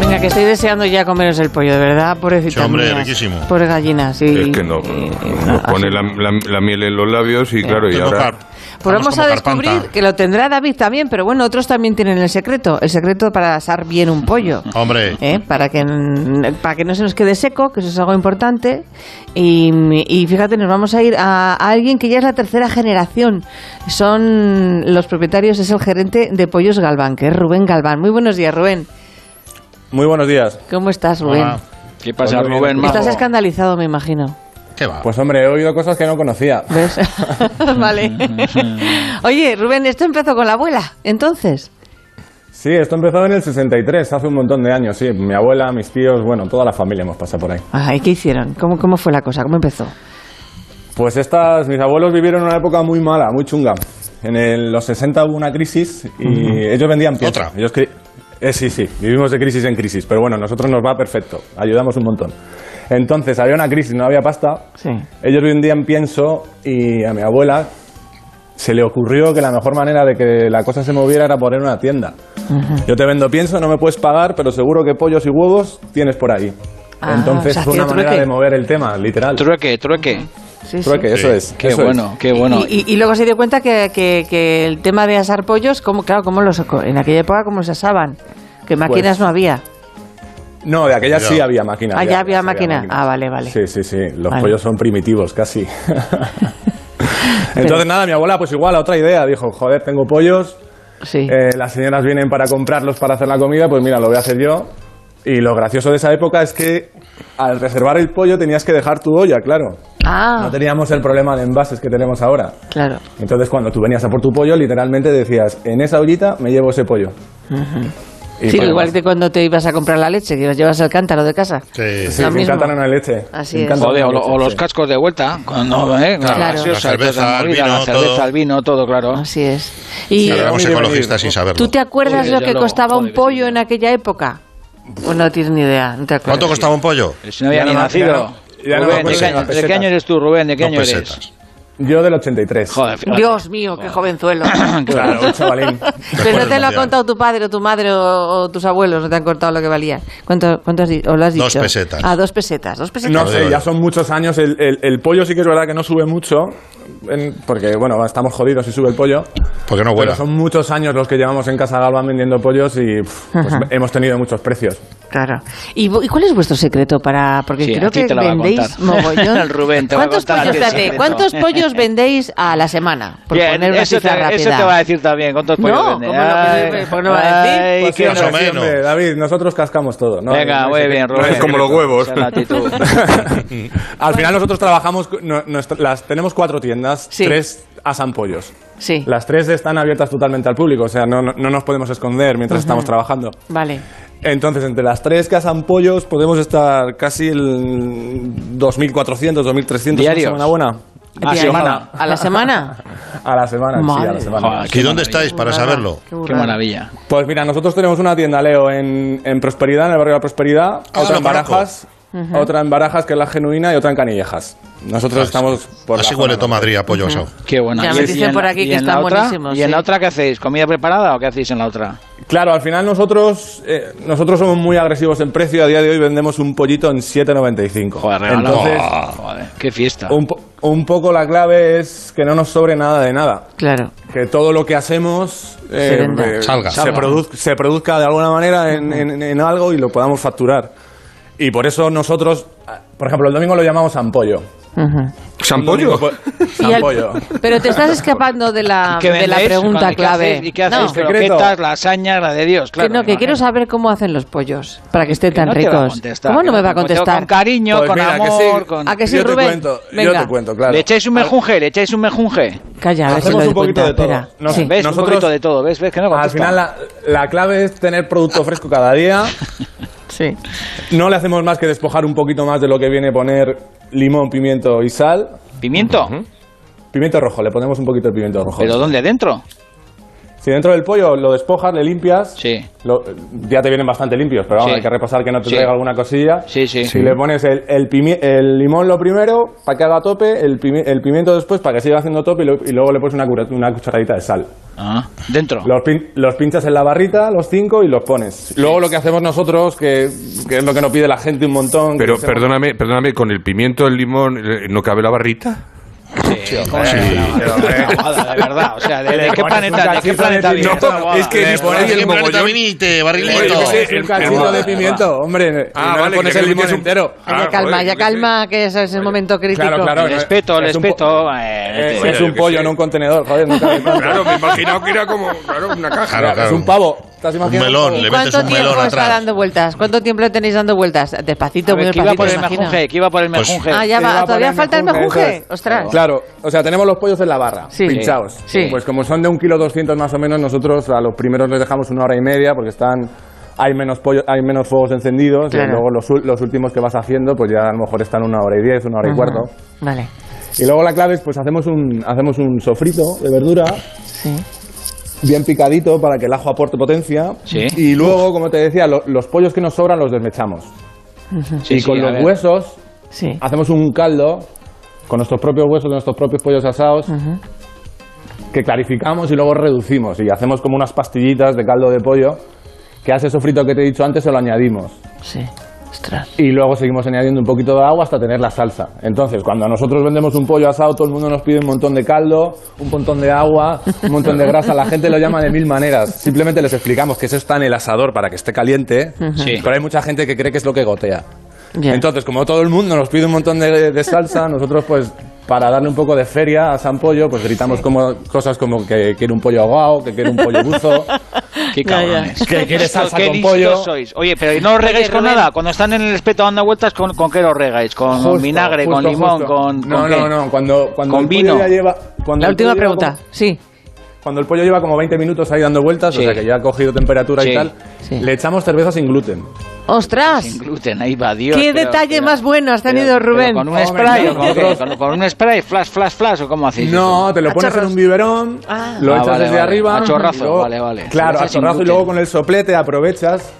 Speaker 2: Venga, que estoy deseando ya comeros el pollo, de verdad, pobrecita.
Speaker 4: Sí, hombre,
Speaker 2: mía.
Speaker 4: riquísimo.
Speaker 2: Pobre gallina, sí.
Speaker 3: Es que no, nos pone la, la- la miel en los labios y claro, y
Speaker 4: Tengo
Speaker 3: ahora...
Speaker 4: car-
Speaker 2: Pues
Speaker 4: estamos
Speaker 2: vamos a
Speaker 4: como
Speaker 2: descubrir
Speaker 4: Carpanta.
Speaker 2: que lo tendrá David también, pero bueno, otros también tienen el secreto, el secreto para asar bien un pollo.
Speaker 4: Hombre,
Speaker 2: ¿eh? Para, que, n- para que no se nos quede seco, que eso es algo importante. Y, y fíjate, nos vamos a ir a, a alguien que ya es la tercera generación. Son los propietarios, es el gerente de Pollos Galván, que es Rubén Galván. Muy buenos días, Rubén.
Speaker 8: Muy buenos días.
Speaker 2: ¿Cómo estás, Rubén?
Speaker 4: hola.
Speaker 5: ¿Qué pasa,
Speaker 8: Hola, bien.
Speaker 5: Rubén?
Speaker 2: Estás
Speaker 5: majo?
Speaker 2: escandalizado, me imagino.
Speaker 4: ¿Qué va?
Speaker 8: Pues hombre, he oído cosas que no conocía.
Speaker 2: ¿Ves? vale. Oye, Rubén, esto empezó con la abuela, entonces.
Speaker 8: Sí, esto empezó en el 63, hace un montón de años, sí. Mi abuela, mis tíos, bueno, toda la familia hemos pasado por ahí.
Speaker 2: Ajá, ¿y qué hicieron? ¿Cómo, ¿Cómo fue la cosa? ¿Cómo empezó?
Speaker 8: Pues estas, mis abuelos vivieron una época muy mala, muy chunga. En el- los 60 hubo una crisis y ellos vendían pienso.
Speaker 4: Otra.
Speaker 8: Ellos cre- eh, sí, sí, vivimos de crisis en crisis, pero bueno, nosotros nos va perfecto, ayudamos un montón. Entonces, había una crisis, no había pasta,
Speaker 2: Sí.
Speaker 8: Ellos vendían pienso y a mi abuela se le ocurrió que la mejor manera de que la cosa se moviera era poner una tienda. Yo te vendo pienso, no me puedes pagar, pero seguro que pollos y huevos tienes por ahí.
Speaker 2: Ah,
Speaker 8: Entonces
Speaker 2: o sea,
Speaker 8: fue una
Speaker 2: hacía
Speaker 8: manera
Speaker 2: trueque.
Speaker 8: de mover el tema, literal.
Speaker 5: Trueque, trueque.
Speaker 2: Sí, sí.
Speaker 8: Trueque, eso
Speaker 4: Sí,
Speaker 8: es.
Speaker 5: Qué
Speaker 8: eso es.
Speaker 5: bueno, qué bueno.
Speaker 2: Y, y- y luego se dio cuenta que, que- que el tema de asar pollos, ¿cómo, claro, ¿cómo los, en aquella época cómo se asaban?
Speaker 5: Pues,
Speaker 2: Que máquinas no había.
Speaker 8: No, de aquella sí
Speaker 4: Ya.
Speaker 8: había máquina.
Speaker 2: Ah,
Speaker 8: de
Speaker 2: ya
Speaker 8: aquella
Speaker 2: había
Speaker 8: sí
Speaker 2: máquina.
Speaker 8: máquinas.
Speaker 2: Ah, vale, vale.
Speaker 8: Sí, sí, sí. Los
Speaker 2: Vale.
Speaker 8: pollos son primitivos, casi. Entonces, nada, mi abuela, pues igual, a otra idea. Dijo, joder, tengo pollos,
Speaker 2: Sí.
Speaker 8: Eh, las señoras vienen para comprarlos para hacer la comida, pues mira, lo voy a hacer yo. Y lo gracioso de esa época es que al reservar el pollo tenías que dejar tu olla, claro.
Speaker 2: ah,
Speaker 8: No teníamos el problema de envases que tenemos ahora.
Speaker 2: claro.
Speaker 8: Entonces cuando tú venías a por tu pollo, literalmente decías, en esa ollita me llevo ese pollo. Y pues,
Speaker 2: Sí,
Speaker 8: poco
Speaker 2: igual
Speaker 8: más.
Speaker 2: que cuando te ibas a comprar la leche, que ibas llevas el cántaro de casa.
Speaker 4: Sí.
Speaker 8: Sí,
Speaker 2: lo
Speaker 8: me
Speaker 2: mismo.
Speaker 8: encantan una leche.
Speaker 2: Así
Speaker 8: Este.
Speaker 2: es.
Speaker 8: Me encantan
Speaker 5: Joder, o,
Speaker 8: una
Speaker 5: lo- o
Speaker 8: leche,
Speaker 5: los
Speaker 8: sí.
Speaker 5: cascos de vuelta. Cuando, ¿eh?
Speaker 2: Claro.
Speaker 5: La gaseosa,
Speaker 4: La cerveza,
Speaker 5: toda esa
Speaker 4: el
Speaker 5: movida,
Speaker 4: vino,
Speaker 5: la cerveza,
Speaker 4: todo.
Speaker 5: el vino, todo, claro.
Speaker 2: Así es. Y
Speaker 4: Claro, éramos ecologistas sin saberlo.
Speaker 2: ¿tú te acuerdas
Speaker 5: Joder,
Speaker 2: lo
Speaker 5: ya
Speaker 2: que
Speaker 5: lo-
Speaker 2: costaba
Speaker 5: joder,
Speaker 2: un
Speaker 5: que
Speaker 2: pollo
Speaker 5: sí.
Speaker 2: en aquella época? Pues no tienes ni idea, no te acuerdas.
Speaker 4: ¿Cuánto costaba un pollo?
Speaker 5: Pero si no había
Speaker 8: Ya
Speaker 5: ni
Speaker 8: no- ya
Speaker 5: nacido.
Speaker 8: no- ya no me
Speaker 5: Rubén, ¿de,
Speaker 8: acuerdo
Speaker 5: qué
Speaker 8: de
Speaker 5: año,
Speaker 8: las
Speaker 5: de qué
Speaker 8: pesetas.
Speaker 5: año eres tú, Rubén? ¿De qué
Speaker 4: Dos
Speaker 5: año eres?
Speaker 4: pesetas.
Speaker 8: Yo del 83.
Speaker 5: Joder, fíjate.
Speaker 2: Dios mío, qué jovenzuelo.
Speaker 8: Claro, un chavalín.
Speaker 2: Pero no te lo ha
Speaker 4: mundial.
Speaker 2: contado tu padre o tu madre o, o tus abuelos, no te han contado lo que valía. ¿Cuánto, cuánto has, di- o lo has dicho?
Speaker 4: Dos pesetas.
Speaker 2: Ah, dos pesetas, dos pesetas.
Speaker 8: No sé, ya son muchos años. El, el- el pollo sí que es verdad que no sube mucho, en- porque bueno, estamos jodidos si sube el pollo.
Speaker 4: Porque no
Speaker 8: Pero
Speaker 4: vuela.
Speaker 8: son muchos años los que llevamos en Casa Galván vendiendo pollos y pf, pues, hemos tenido muchos precios.
Speaker 2: Claro. ¿Y, vo- y cuál es vuestro secreto para...? Porque
Speaker 5: Sí,
Speaker 2: creo
Speaker 5: a ti
Speaker 2: que
Speaker 5: te lo va a
Speaker 2: vendéis
Speaker 5: contar.
Speaker 2: mogollón.
Speaker 5: El Rubén te va a
Speaker 2: ¿Cuántos
Speaker 5: contar a
Speaker 2: pollos,
Speaker 5: ti el
Speaker 2: espérate,
Speaker 5: secreto.
Speaker 2: ¿Cuántos pollos vendéis a la semana? Por
Speaker 5: Bien,
Speaker 2: poner una
Speaker 5: eso, te,
Speaker 2: cifra rápida.
Speaker 5: eso te va a decir también. ¿Cuántos
Speaker 2: No,
Speaker 5: pollos venden?
Speaker 2: ¿cómo no?
Speaker 5: Ay,
Speaker 2: Pues no va a decir.
Speaker 5: ay,
Speaker 8: Pues
Speaker 5: qué
Speaker 8: sí,
Speaker 4: más o
Speaker 5: no-
Speaker 8: hombre,
Speaker 4: menos.
Speaker 8: hombre, David, nosotros cascamos todo. ¿no?
Speaker 5: Venga,
Speaker 8: No hay
Speaker 5: muy
Speaker 8: secre-
Speaker 5: bien,
Speaker 8: no hay
Speaker 5: Rubén.
Speaker 8: secreto.
Speaker 3: como los huevos.
Speaker 5: Esa es la actitud.
Speaker 8: Al final nosotros trabajamos, con- no- nuestra- las, tenemos cuatro tiendas,
Speaker 2: Sí.
Speaker 8: tres asan pollos.
Speaker 2: Sí,
Speaker 8: Las tres están abiertas totalmente al público, o sea, no, no- no nos podemos esconder mientras estamos trabajando.
Speaker 2: vale.
Speaker 8: Entonces, entre las tres que asan pollos, podemos estar casi el 2.400, 2.300
Speaker 5: Diarios.
Speaker 8: una semana buena.
Speaker 5: A
Speaker 8: Sí,
Speaker 5: semana.
Speaker 2: ¿A la semana?
Speaker 8: A la semana, sí, a la
Speaker 2: Madre.
Speaker 8: semana.
Speaker 4: ¿Y dónde estáis para saberlo?
Speaker 2: Qué
Speaker 5: Qué
Speaker 2: burrada.
Speaker 5: maravilla.
Speaker 8: Pues mira, nosotros tenemos una tienda, Leo, en, en Prosperidad, en el barrio de la Prosperidad,
Speaker 4: Ah, lo
Speaker 8: otra en
Speaker 4: conozco.
Speaker 8: Barajas, otra en Barajas, que es la genuina, y otra en Canillejas. Nosotros estamos por
Speaker 4: Así
Speaker 8: la
Speaker 4: huele
Speaker 8: zona,
Speaker 4: tu
Speaker 8: ¿no?
Speaker 4: Madrid a pollo asado.
Speaker 5: Qué buena.
Speaker 2: Ya
Speaker 5: Y
Speaker 2: me
Speaker 5: en-
Speaker 2: dicen
Speaker 5: y en
Speaker 2: por
Speaker 5: la-
Speaker 2: aquí
Speaker 5: y
Speaker 2: que
Speaker 5: en la
Speaker 2: están
Speaker 5: otra-
Speaker 2: buenísimos,
Speaker 5: ¿Y en
Speaker 2: sí.
Speaker 5: la otra qué hacéis? ¿Comida preparada o qué hacéis en la otra?
Speaker 8: Claro, al final nosotros eh, nosotros somos muy agresivos en precio. A día de hoy vendemos un pollito en 7,95.
Speaker 5: Joder, regalo.
Speaker 8: Entonces,
Speaker 5: Joder, qué fiesta.
Speaker 4: Oh.
Speaker 8: un, po- un poco la clave es que no nos sobre nada de nada.
Speaker 2: Claro.
Speaker 8: Que todo lo que hacemos eh,
Speaker 2: venda.
Speaker 8: eh,
Speaker 4: Salga.
Speaker 8: Se,
Speaker 4: Salga.
Speaker 8: produz- se produzca de alguna manera en, en- en algo y lo podamos facturar. Y por eso nosotros, ah, por ejemplo, el domingo lo llamamos ampollo.
Speaker 2: Ujú.
Speaker 3: ¿Sampollo?
Speaker 8: pues,
Speaker 2: Y al-
Speaker 8: Ampollo.
Speaker 2: Pero te estás escapando de la,
Speaker 5: ¿Qué
Speaker 2: de la
Speaker 5: vendéis?
Speaker 2: pregunta
Speaker 5: ¿Qué
Speaker 2: clave.
Speaker 5: hacéis? ¿Y qué
Speaker 2: No,
Speaker 5: hacéis?
Speaker 8: Secreto.
Speaker 5: Croquetas, lasañas, la de Dios, claro.
Speaker 2: que, no,
Speaker 5: me
Speaker 2: que quiero
Speaker 5: imagino.
Speaker 2: saber cómo hacen los pollos para que estén
Speaker 5: Que
Speaker 2: tan
Speaker 5: no te va a
Speaker 2: ricos.
Speaker 5: contestar,
Speaker 2: ¿Cómo
Speaker 5: que
Speaker 2: no me va a
Speaker 5: te Con
Speaker 2: contestar?
Speaker 5: cariño,
Speaker 8: Pues
Speaker 5: con
Speaker 8: mira, que sí.
Speaker 5: amor, con...
Speaker 2: ¿A que sí,
Speaker 8: yo
Speaker 2: Rubén?
Speaker 8: Te cuento, Yo
Speaker 2: Venga.
Speaker 8: te cuento, claro.
Speaker 5: Le echáis un mejunje, le echáis un mejunje.
Speaker 2: Calla, a ver si lo
Speaker 8: Hacemos un
Speaker 2: doy
Speaker 8: poquito
Speaker 2: cuenta,
Speaker 8: de todo.
Speaker 2: espera.
Speaker 8: Nos-
Speaker 2: Sí.
Speaker 5: ¿Ves?
Speaker 8: Nosotros-
Speaker 5: Un poquito de todo, ¿ves? ¿Ves que no
Speaker 8: Al
Speaker 5: contesta?
Speaker 8: final la, la clave es tener producto fresco cada día.
Speaker 2: Sí.
Speaker 8: No le hacemos más que despojar un poquito más de lo que viene poner limón, pimiento y sal.
Speaker 5: ¿Pimiento?
Speaker 8: Pimiento rojo, le ponemos un poquito de pimiento rojo.
Speaker 5: ¿Pero dónde? ¿Dentro?
Speaker 8: si dentro del pollo lo despojas, le limpias,
Speaker 5: Sí.
Speaker 8: lo- ya te vienen bastante limpios, pero vamos,
Speaker 5: Sí.
Speaker 8: hay que repasar que no
Speaker 5: Sí.
Speaker 8: te traiga alguna cosilla.
Speaker 5: Sí, sí.
Speaker 8: Y le pones el, el pimi- el limón lo primero para que haga tope, el, pimi- el pimiento después para que siga haciendo tope y, lo- y luego le pones una, cura- una cucharadita de sal.
Speaker 5: Ah, dentro.
Speaker 8: Los, pin- los pinchas en la barrita, los cinco, y los pones. Luego lo que hacemos nosotros, que, que es lo que nos pide la gente un montón. que
Speaker 3: Pero
Speaker 8: hacemos-
Speaker 3: perdóname, perdóname, con el pimiento, el limón, eh, ¿no cabe la barrita?
Speaker 5: Abogada, de verdad. O sea, ¿de, de qué
Speaker 8: pones
Speaker 5: planeta?
Speaker 8: un
Speaker 5: ¿De qué
Speaker 8: cachito
Speaker 5: planeta?
Speaker 8: de
Speaker 5: viene esta
Speaker 3: No,
Speaker 5: abogada?
Speaker 3: es que he
Speaker 8: Le
Speaker 3: visto
Speaker 8: pones
Speaker 3: ahí el
Speaker 4: ¿Qué planeta
Speaker 3: mogollón.
Speaker 4: viniste,
Speaker 3: Oye,
Speaker 4: barrilito?
Speaker 3: yo qué sé,
Speaker 8: un
Speaker 3: el-
Speaker 8: cachito
Speaker 3: el-
Speaker 8: de pimiento, hombre.
Speaker 3: Ah,
Speaker 8: y no le
Speaker 3: vale,
Speaker 8: pones
Speaker 3: que
Speaker 8: el
Speaker 3: le
Speaker 8: limón
Speaker 3: metes un-
Speaker 8: entero.
Speaker 3: Ah,
Speaker 2: ya calma,
Speaker 3: joder,
Speaker 2: ya
Speaker 3: yo qué sé.
Speaker 2: calma, que ese es el momento crítico.
Speaker 8: Claro, claro. no,
Speaker 5: Respeto,
Speaker 8: es un po-
Speaker 5: respeto.
Speaker 8: Eh,
Speaker 5: eh,
Speaker 8: Es,
Speaker 5: te-
Speaker 3: Joder,
Speaker 8: un
Speaker 3: yo
Speaker 8: pollo,
Speaker 3: qué
Speaker 8: no
Speaker 3: sé.
Speaker 8: un contenedor, joder. no cabe tanto.
Speaker 3: Claro, me imaginaba que era como, claro, una caja.
Speaker 4: Claro, claro.
Speaker 8: Es un pavo. ¿Estás
Speaker 4: Un
Speaker 8: imaginando?
Speaker 4: melón, le metes
Speaker 2: ¿Cuánto
Speaker 4: un
Speaker 2: tiempo está
Speaker 4: melón atrás.
Speaker 2: dando vueltas? ¿Cuánto tiempo le tenéis dando vueltas? Despacito,
Speaker 5: A
Speaker 2: muy
Speaker 5: ver, que iba
Speaker 2: despacito,
Speaker 5: por el
Speaker 2: imagino.
Speaker 5: mejunje, que iba por el
Speaker 4: Pues-
Speaker 5: mejunje.
Speaker 2: Ah,
Speaker 8: Te
Speaker 2: ya
Speaker 8: iba
Speaker 2: va,
Speaker 8: a
Speaker 2: todavía
Speaker 8: poner
Speaker 2: falta el mejunje.
Speaker 8: eso es.
Speaker 2: Ostras.
Speaker 8: Claro, o sea, tenemos los pollos en la barra,
Speaker 2: Sí.
Speaker 8: pinchados.
Speaker 2: Sí.
Speaker 8: Pues como son de un kilo doscientos más o menos, nosotros a los primeros les dejamos una hora y media porque están hay menos pollo, hay menos fuegos encendidos
Speaker 2: Claro.
Speaker 8: y luego los, ul- los últimos que vas haciendo pues ya a lo mejor están una hora y diez, una hora y cuarto.
Speaker 2: Vale.
Speaker 8: Y luego la clave es pues hacemos un hacemos un sofrito de verdura
Speaker 2: Sí.
Speaker 8: bien picadito para que el ajo aporte potencia
Speaker 5: Sí.
Speaker 8: y luego como te decía lo- los pollos que nos sobran los desmechamos
Speaker 5: Sí,
Speaker 8: y
Speaker 5: sí,
Speaker 8: con
Speaker 5: a
Speaker 8: los
Speaker 5: ver.
Speaker 8: huesos
Speaker 2: Sí.
Speaker 8: hacemos un caldo con nuestros propios huesos, de nuestros propios pollos asados, que clarificamos y luego reducimos y hacemos como unas pastillitas de caldo de pollo que a ese sofrito que te he dicho antes se lo añadimos
Speaker 2: Sí.
Speaker 8: Ah.
Speaker 2: Ostras.
Speaker 8: y luego seguimos añadiendo un poquito de agua hasta tener la salsa. Entonces, cuando nosotros vendemos un pollo asado, todo el mundo nos pide un montón de caldo, un montón de agua, un montón de grasa. La gente lo llama de mil maneras. Simplemente les explicamos que eso está en el asador para que esté caliente,
Speaker 5: Sí.
Speaker 8: pero hay mucha gente que cree que es lo que gotea.
Speaker 2: Ya.
Speaker 8: Entonces, como todo el mundo nos pide un montón de, de salsa, nosotros pues para darle un poco de feria a San Pollo, pues gritamos como, cosas como que quiere un pollo ahogado, que quiere un pollo buzo.
Speaker 5: Qué cabrones.
Speaker 8: Que quiere salsa
Speaker 5: Qué
Speaker 8: con
Speaker 5: listos
Speaker 8: pollo.
Speaker 5: sois. Oye, pero ¿y no os regáis
Speaker 2: Oye,
Speaker 5: con
Speaker 2: Rubén.
Speaker 5: nada. Cuando están en el espeto dando vueltas, ¿con, con qué lo regáis? ¿Con
Speaker 8: Justo,
Speaker 5: vinagre, con
Speaker 8: justo,
Speaker 5: limón,
Speaker 8: justo.
Speaker 5: con,
Speaker 8: No,
Speaker 5: con
Speaker 8: no,
Speaker 5: qué?
Speaker 8: no. Cuando, cuando
Speaker 5: Con
Speaker 8: el pollo
Speaker 5: vino.
Speaker 8: ya lleva- cuando
Speaker 2: La
Speaker 8: el
Speaker 2: última
Speaker 8: pollo lleva
Speaker 2: pregunta.
Speaker 8: como-
Speaker 2: Sí.
Speaker 8: cuando el pollo lleva como 20 minutos ahí dando vueltas,
Speaker 5: Sí.
Speaker 8: o sea que ya ha cogido temperatura
Speaker 5: Sí.
Speaker 8: y tal,
Speaker 2: Sí.
Speaker 8: le echamos cerveza sin gluten.
Speaker 5: Sin
Speaker 2: Ostras.
Speaker 5: gluten, ahí va Dios.
Speaker 2: Qué
Speaker 5: pero-
Speaker 2: detalle
Speaker 5: pero-
Speaker 2: más bueno has tenido,
Speaker 5: pero- pero
Speaker 2: Rubén.
Speaker 5: ¿Con un
Speaker 8: Hombre,
Speaker 5: spray?
Speaker 8: no,
Speaker 5: o con, qué? ¿Con- con un spray? ¿Flash, flash, flash? ¿O cómo hacéis?
Speaker 8: No, te lo pones en un biberón,
Speaker 2: Ah.
Speaker 8: lo
Speaker 5: Ah,
Speaker 8: echas
Speaker 5: vale,
Speaker 8: desde
Speaker 5: vale.
Speaker 8: arriba.
Speaker 5: A chorrazo,
Speaker 8: y luego-
Speaker 5: vale, vale.
Speaker 8: Claro,
Speaker 5: Cerveza
Speaker 8: a
Speaker 5: sin
Speaker 8: chorrazo y
Speaker 5: gluten.
Speaker 8: luego con el soplete aprovechas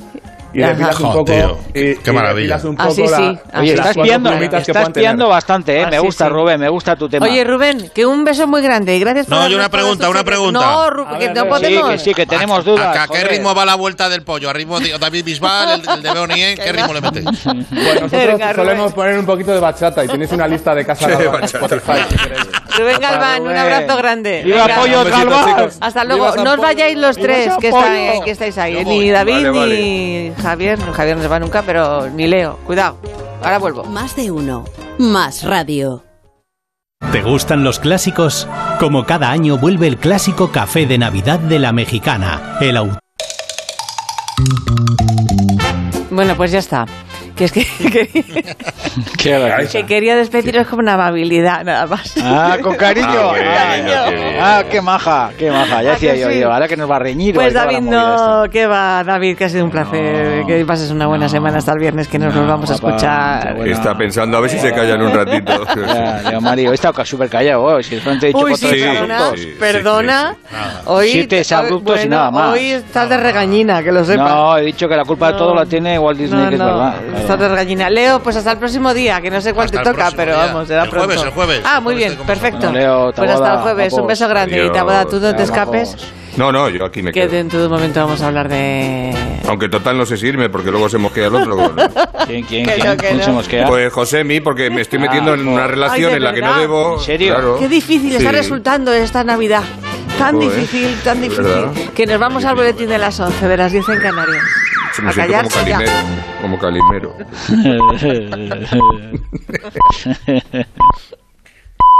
Speaker 8: y le
Speaker 2: Ajá.
Speaker 8: pilas un
Speaker 4: Joder,
Speaker 8: poco.
Speaker 4: tío,
Speaker 8: y-
Speaker 4: qué
Speaker 8: y
Speaker 4: maravilla.
Speaker 8: le pilas un
Speaker 2: Ah,
Speaker 8: poco
Speaker 2: sí,
Speaker 8: la-
Speaker 2: sí. Ah,
Speaker 8: y
Speaker 5: Oye,
Speaker 8: las
Speaker 5: estás
Speaker 8: cuatro
Speaker 5: piando,
Speaker 8: plumitas que
Speaker 5: estás
Speaker 8: puedan tener.
Speaker 5: piando bastante, ¿eh?
Speaker 2: Ah,
Speaker 5: me
Speaker 2: sí,
Speaker 5: gusta,
Speaker 2: sí.
Speaker 5: Rubén, me gusta tu tema.
Speaker 2: Oye, Rubén, que un beso muy grande. Gracias por
Speaker 4: No, yo
Speaker 2: darnos
Speaker 4: una
Speaker 2: todas
Speaker 4: pregunta,
Speaker 2: tus
Speaker 4: una
Speaker 2: secretos.
Speaker 4: pregunta.
Speaker 2: No, Rubén,
Speaker 8: A
Speaker 2: que
Speaker 8: ver,
Speaker 2: no
Speaker 8: a ver.
Speaker 5: sí,
Speaker 2: podemos.
Speaker 5: que sí, que tenemos dudas.
Speaker 4: ¿A qué
Speaker 5: joder.
Speaker 4: ritmo va la vuelta del pollo? ¿A ritmo de David Bisbal, el, el de Beonien? ¿Qué ritmo le metes?
Speaker 8: Bueno, nosotros
Speaker 2: Venga, Rubén.
Speaker 8: solemos poner un poquito de bachata y tenéis una lista de casa grabada en
Speaker 3: bachata.
Speaker 8: Spotify, si queréis.
Speaker 2: Rubén Galván, un
Speaker 5: Rubén.
Speaker 2: abrazo grande.
Speaker 5: Viva
Speaker 2: Venga.
Speaker 5: Pollo
Speaker 8: Un besito,
Speaker 5: Galván.
Speaker 8: chicos.
Speaker 2: Hasta luego.
Speaker 8: Viva San
Speaker 2: No os
Speaker 8: Pollo.
Speaker 2: vayáis los
Speaker 8: Viva
Speaker 2: tres
Speaker 8: San
Speaker 2: que,
Speaker 8: Pollo.
Speaker 2: está- que estáis ahí.
Speaker 4: Yo
Speaker 2: Ni
Speaker 4: voy.
Speaker 2: David,
Speaker 3: Vale, vale.
Speaker 2: ni Javier. No, Javier no se va nunca, pero ni Leo. Cuidado. Ahora vuelvo.
Speaker 1: Más de uno. Más radio.
Speaker 9: ¿Te gustan los clásicos? Como cada año vuelve el clásico café de Navidad de la Mexicana, el autor.
Speaker 2: Bueno, pues ya está. Que es que, que-
Speaker 5: Qué gracioso.
Speaker 2: Que quería despediros con amabilidad, nada más.
Speaker 5: Ah, con cariño.
Speaker 10: Ah,
Speaker 5: Ah,
Speaker 10: bueno, qué bien.
Speaker 5: Ah, qué maja, qué maja. Ya
Speaker 2: Ah,
Speaker 5: decía
Speaker 2: que
Speaker 5: yo,
Speaker 2: sí.
Speaker 5: yo, ahora que nos va a reñir.
Speaker 2: Pues
Speaker 5: va a ir
Speaker 2: David,
Speaker 5: toda la movida
Speaker 2: no, que va, David, que ha sido un placer. que pases una buena semana hasta el viernes, que nos
Speaker 5: No,
Speaker 2: volvamos a
Speaker 5: guapa,
Speaker 2: escuchar.
Speaker 5: bueno.
Speaker 3: Está pensando, a ver si se callan un ratito.
Speaker 5: esta. Ya, ya, Mario, he estado súper callado. hoy, oh, Si solamente he dicho
Speaker 2: Uy, sí,
Speaker 5: cuatro
Speaker 3: sí,
Speaker 2: perdona,
Speaker 3: sí, sí,
Speaker 2: perdona. Hoy,
Speaker 5: Siete exabruptos y
Speaker 2: bueno,
Speaker 5: nada más.
Speaker 2: Hoy estás de regañina, que lo sepas.
Speaker 5: No, he dicho que la culpa de todo la tiene Walt Disney,
Speaker 2: No,
Speaker 5: que es
Speaker 2: no,
Speaker 5: verdad.
Speaker 2: estás de regañina. Leo, pues hasta el próximo día, que no sé cuál
Speaker 4: Hasta
Speaker 2: te
Speaker 4: el
Speaker 2: toca,
Speaker 4: próximo
Speaker 2: pero
Speaker 4: día.
Speaker 2: vamos, será
Speaker 4: El jueves,
Speaker 2: pronto.
Speaker 4: el jueves.
Speaker 2: Ah, muy
Speaker 4: El jueves
Speaker 2: bien,
Speaker 4: estoy con
Speaker 2: perfecto.
Speaker 5: vosotros. Leo,
Speaker 2: pues hasta el
Speaker 5: Taboada,
Speaker 2: jueves, un
Speaker 5: vamos.
Speaker 2: beso grande. Y
Speaker 3: Adiós.
Speaker 2: Taboada, tú no te escapes,
Speaker 5: Vamos.
Speaker 3: No, no, yo aquí me
Speaker 2: que
Speaker 3: quedo.
Speaker 2: dentro de un momento vamos a hablar de...
Speaker 3: Aunque total no sé si irme porque luego se mosquea el otro.
Speaker 5: ¿Quién, quién,
Speaker 2: Que no,
Speaker 5: quién?
Speaker 2: que
Speaker 5: ¿Quién
Speaker 2: no.
Speaker 5: se mosquea?
Speaker 3: Pues Josemi, porque me estoy metiendo en una relación
Speaker 2: Ay, ¿de
Speaker 3: en la que no
Speaker 2: verdad?
Speaker 3: debo.
Speaker 5: Ah, pues. ¿En serio?
Speaker 3: Claro.
Speaker 2: Qué difícil está
Speaker 3: Sí.
Speaker 2: resultando esta Navidad. Tan
Speaker 3: Joder,
Speaker 2: difícil, tan
Speaker 3: es
Speaker 2: difícil.
Speaker 3: verdad.
Speaker 2: Que nos vamos al boletín de las 11, de las 10 en Canarias.
Speaker 3: Se me
Speaker 2: A
Speaker 3: siento como
Speaker 2: callarse ya.
Speaker 3: calimero. Como calimero.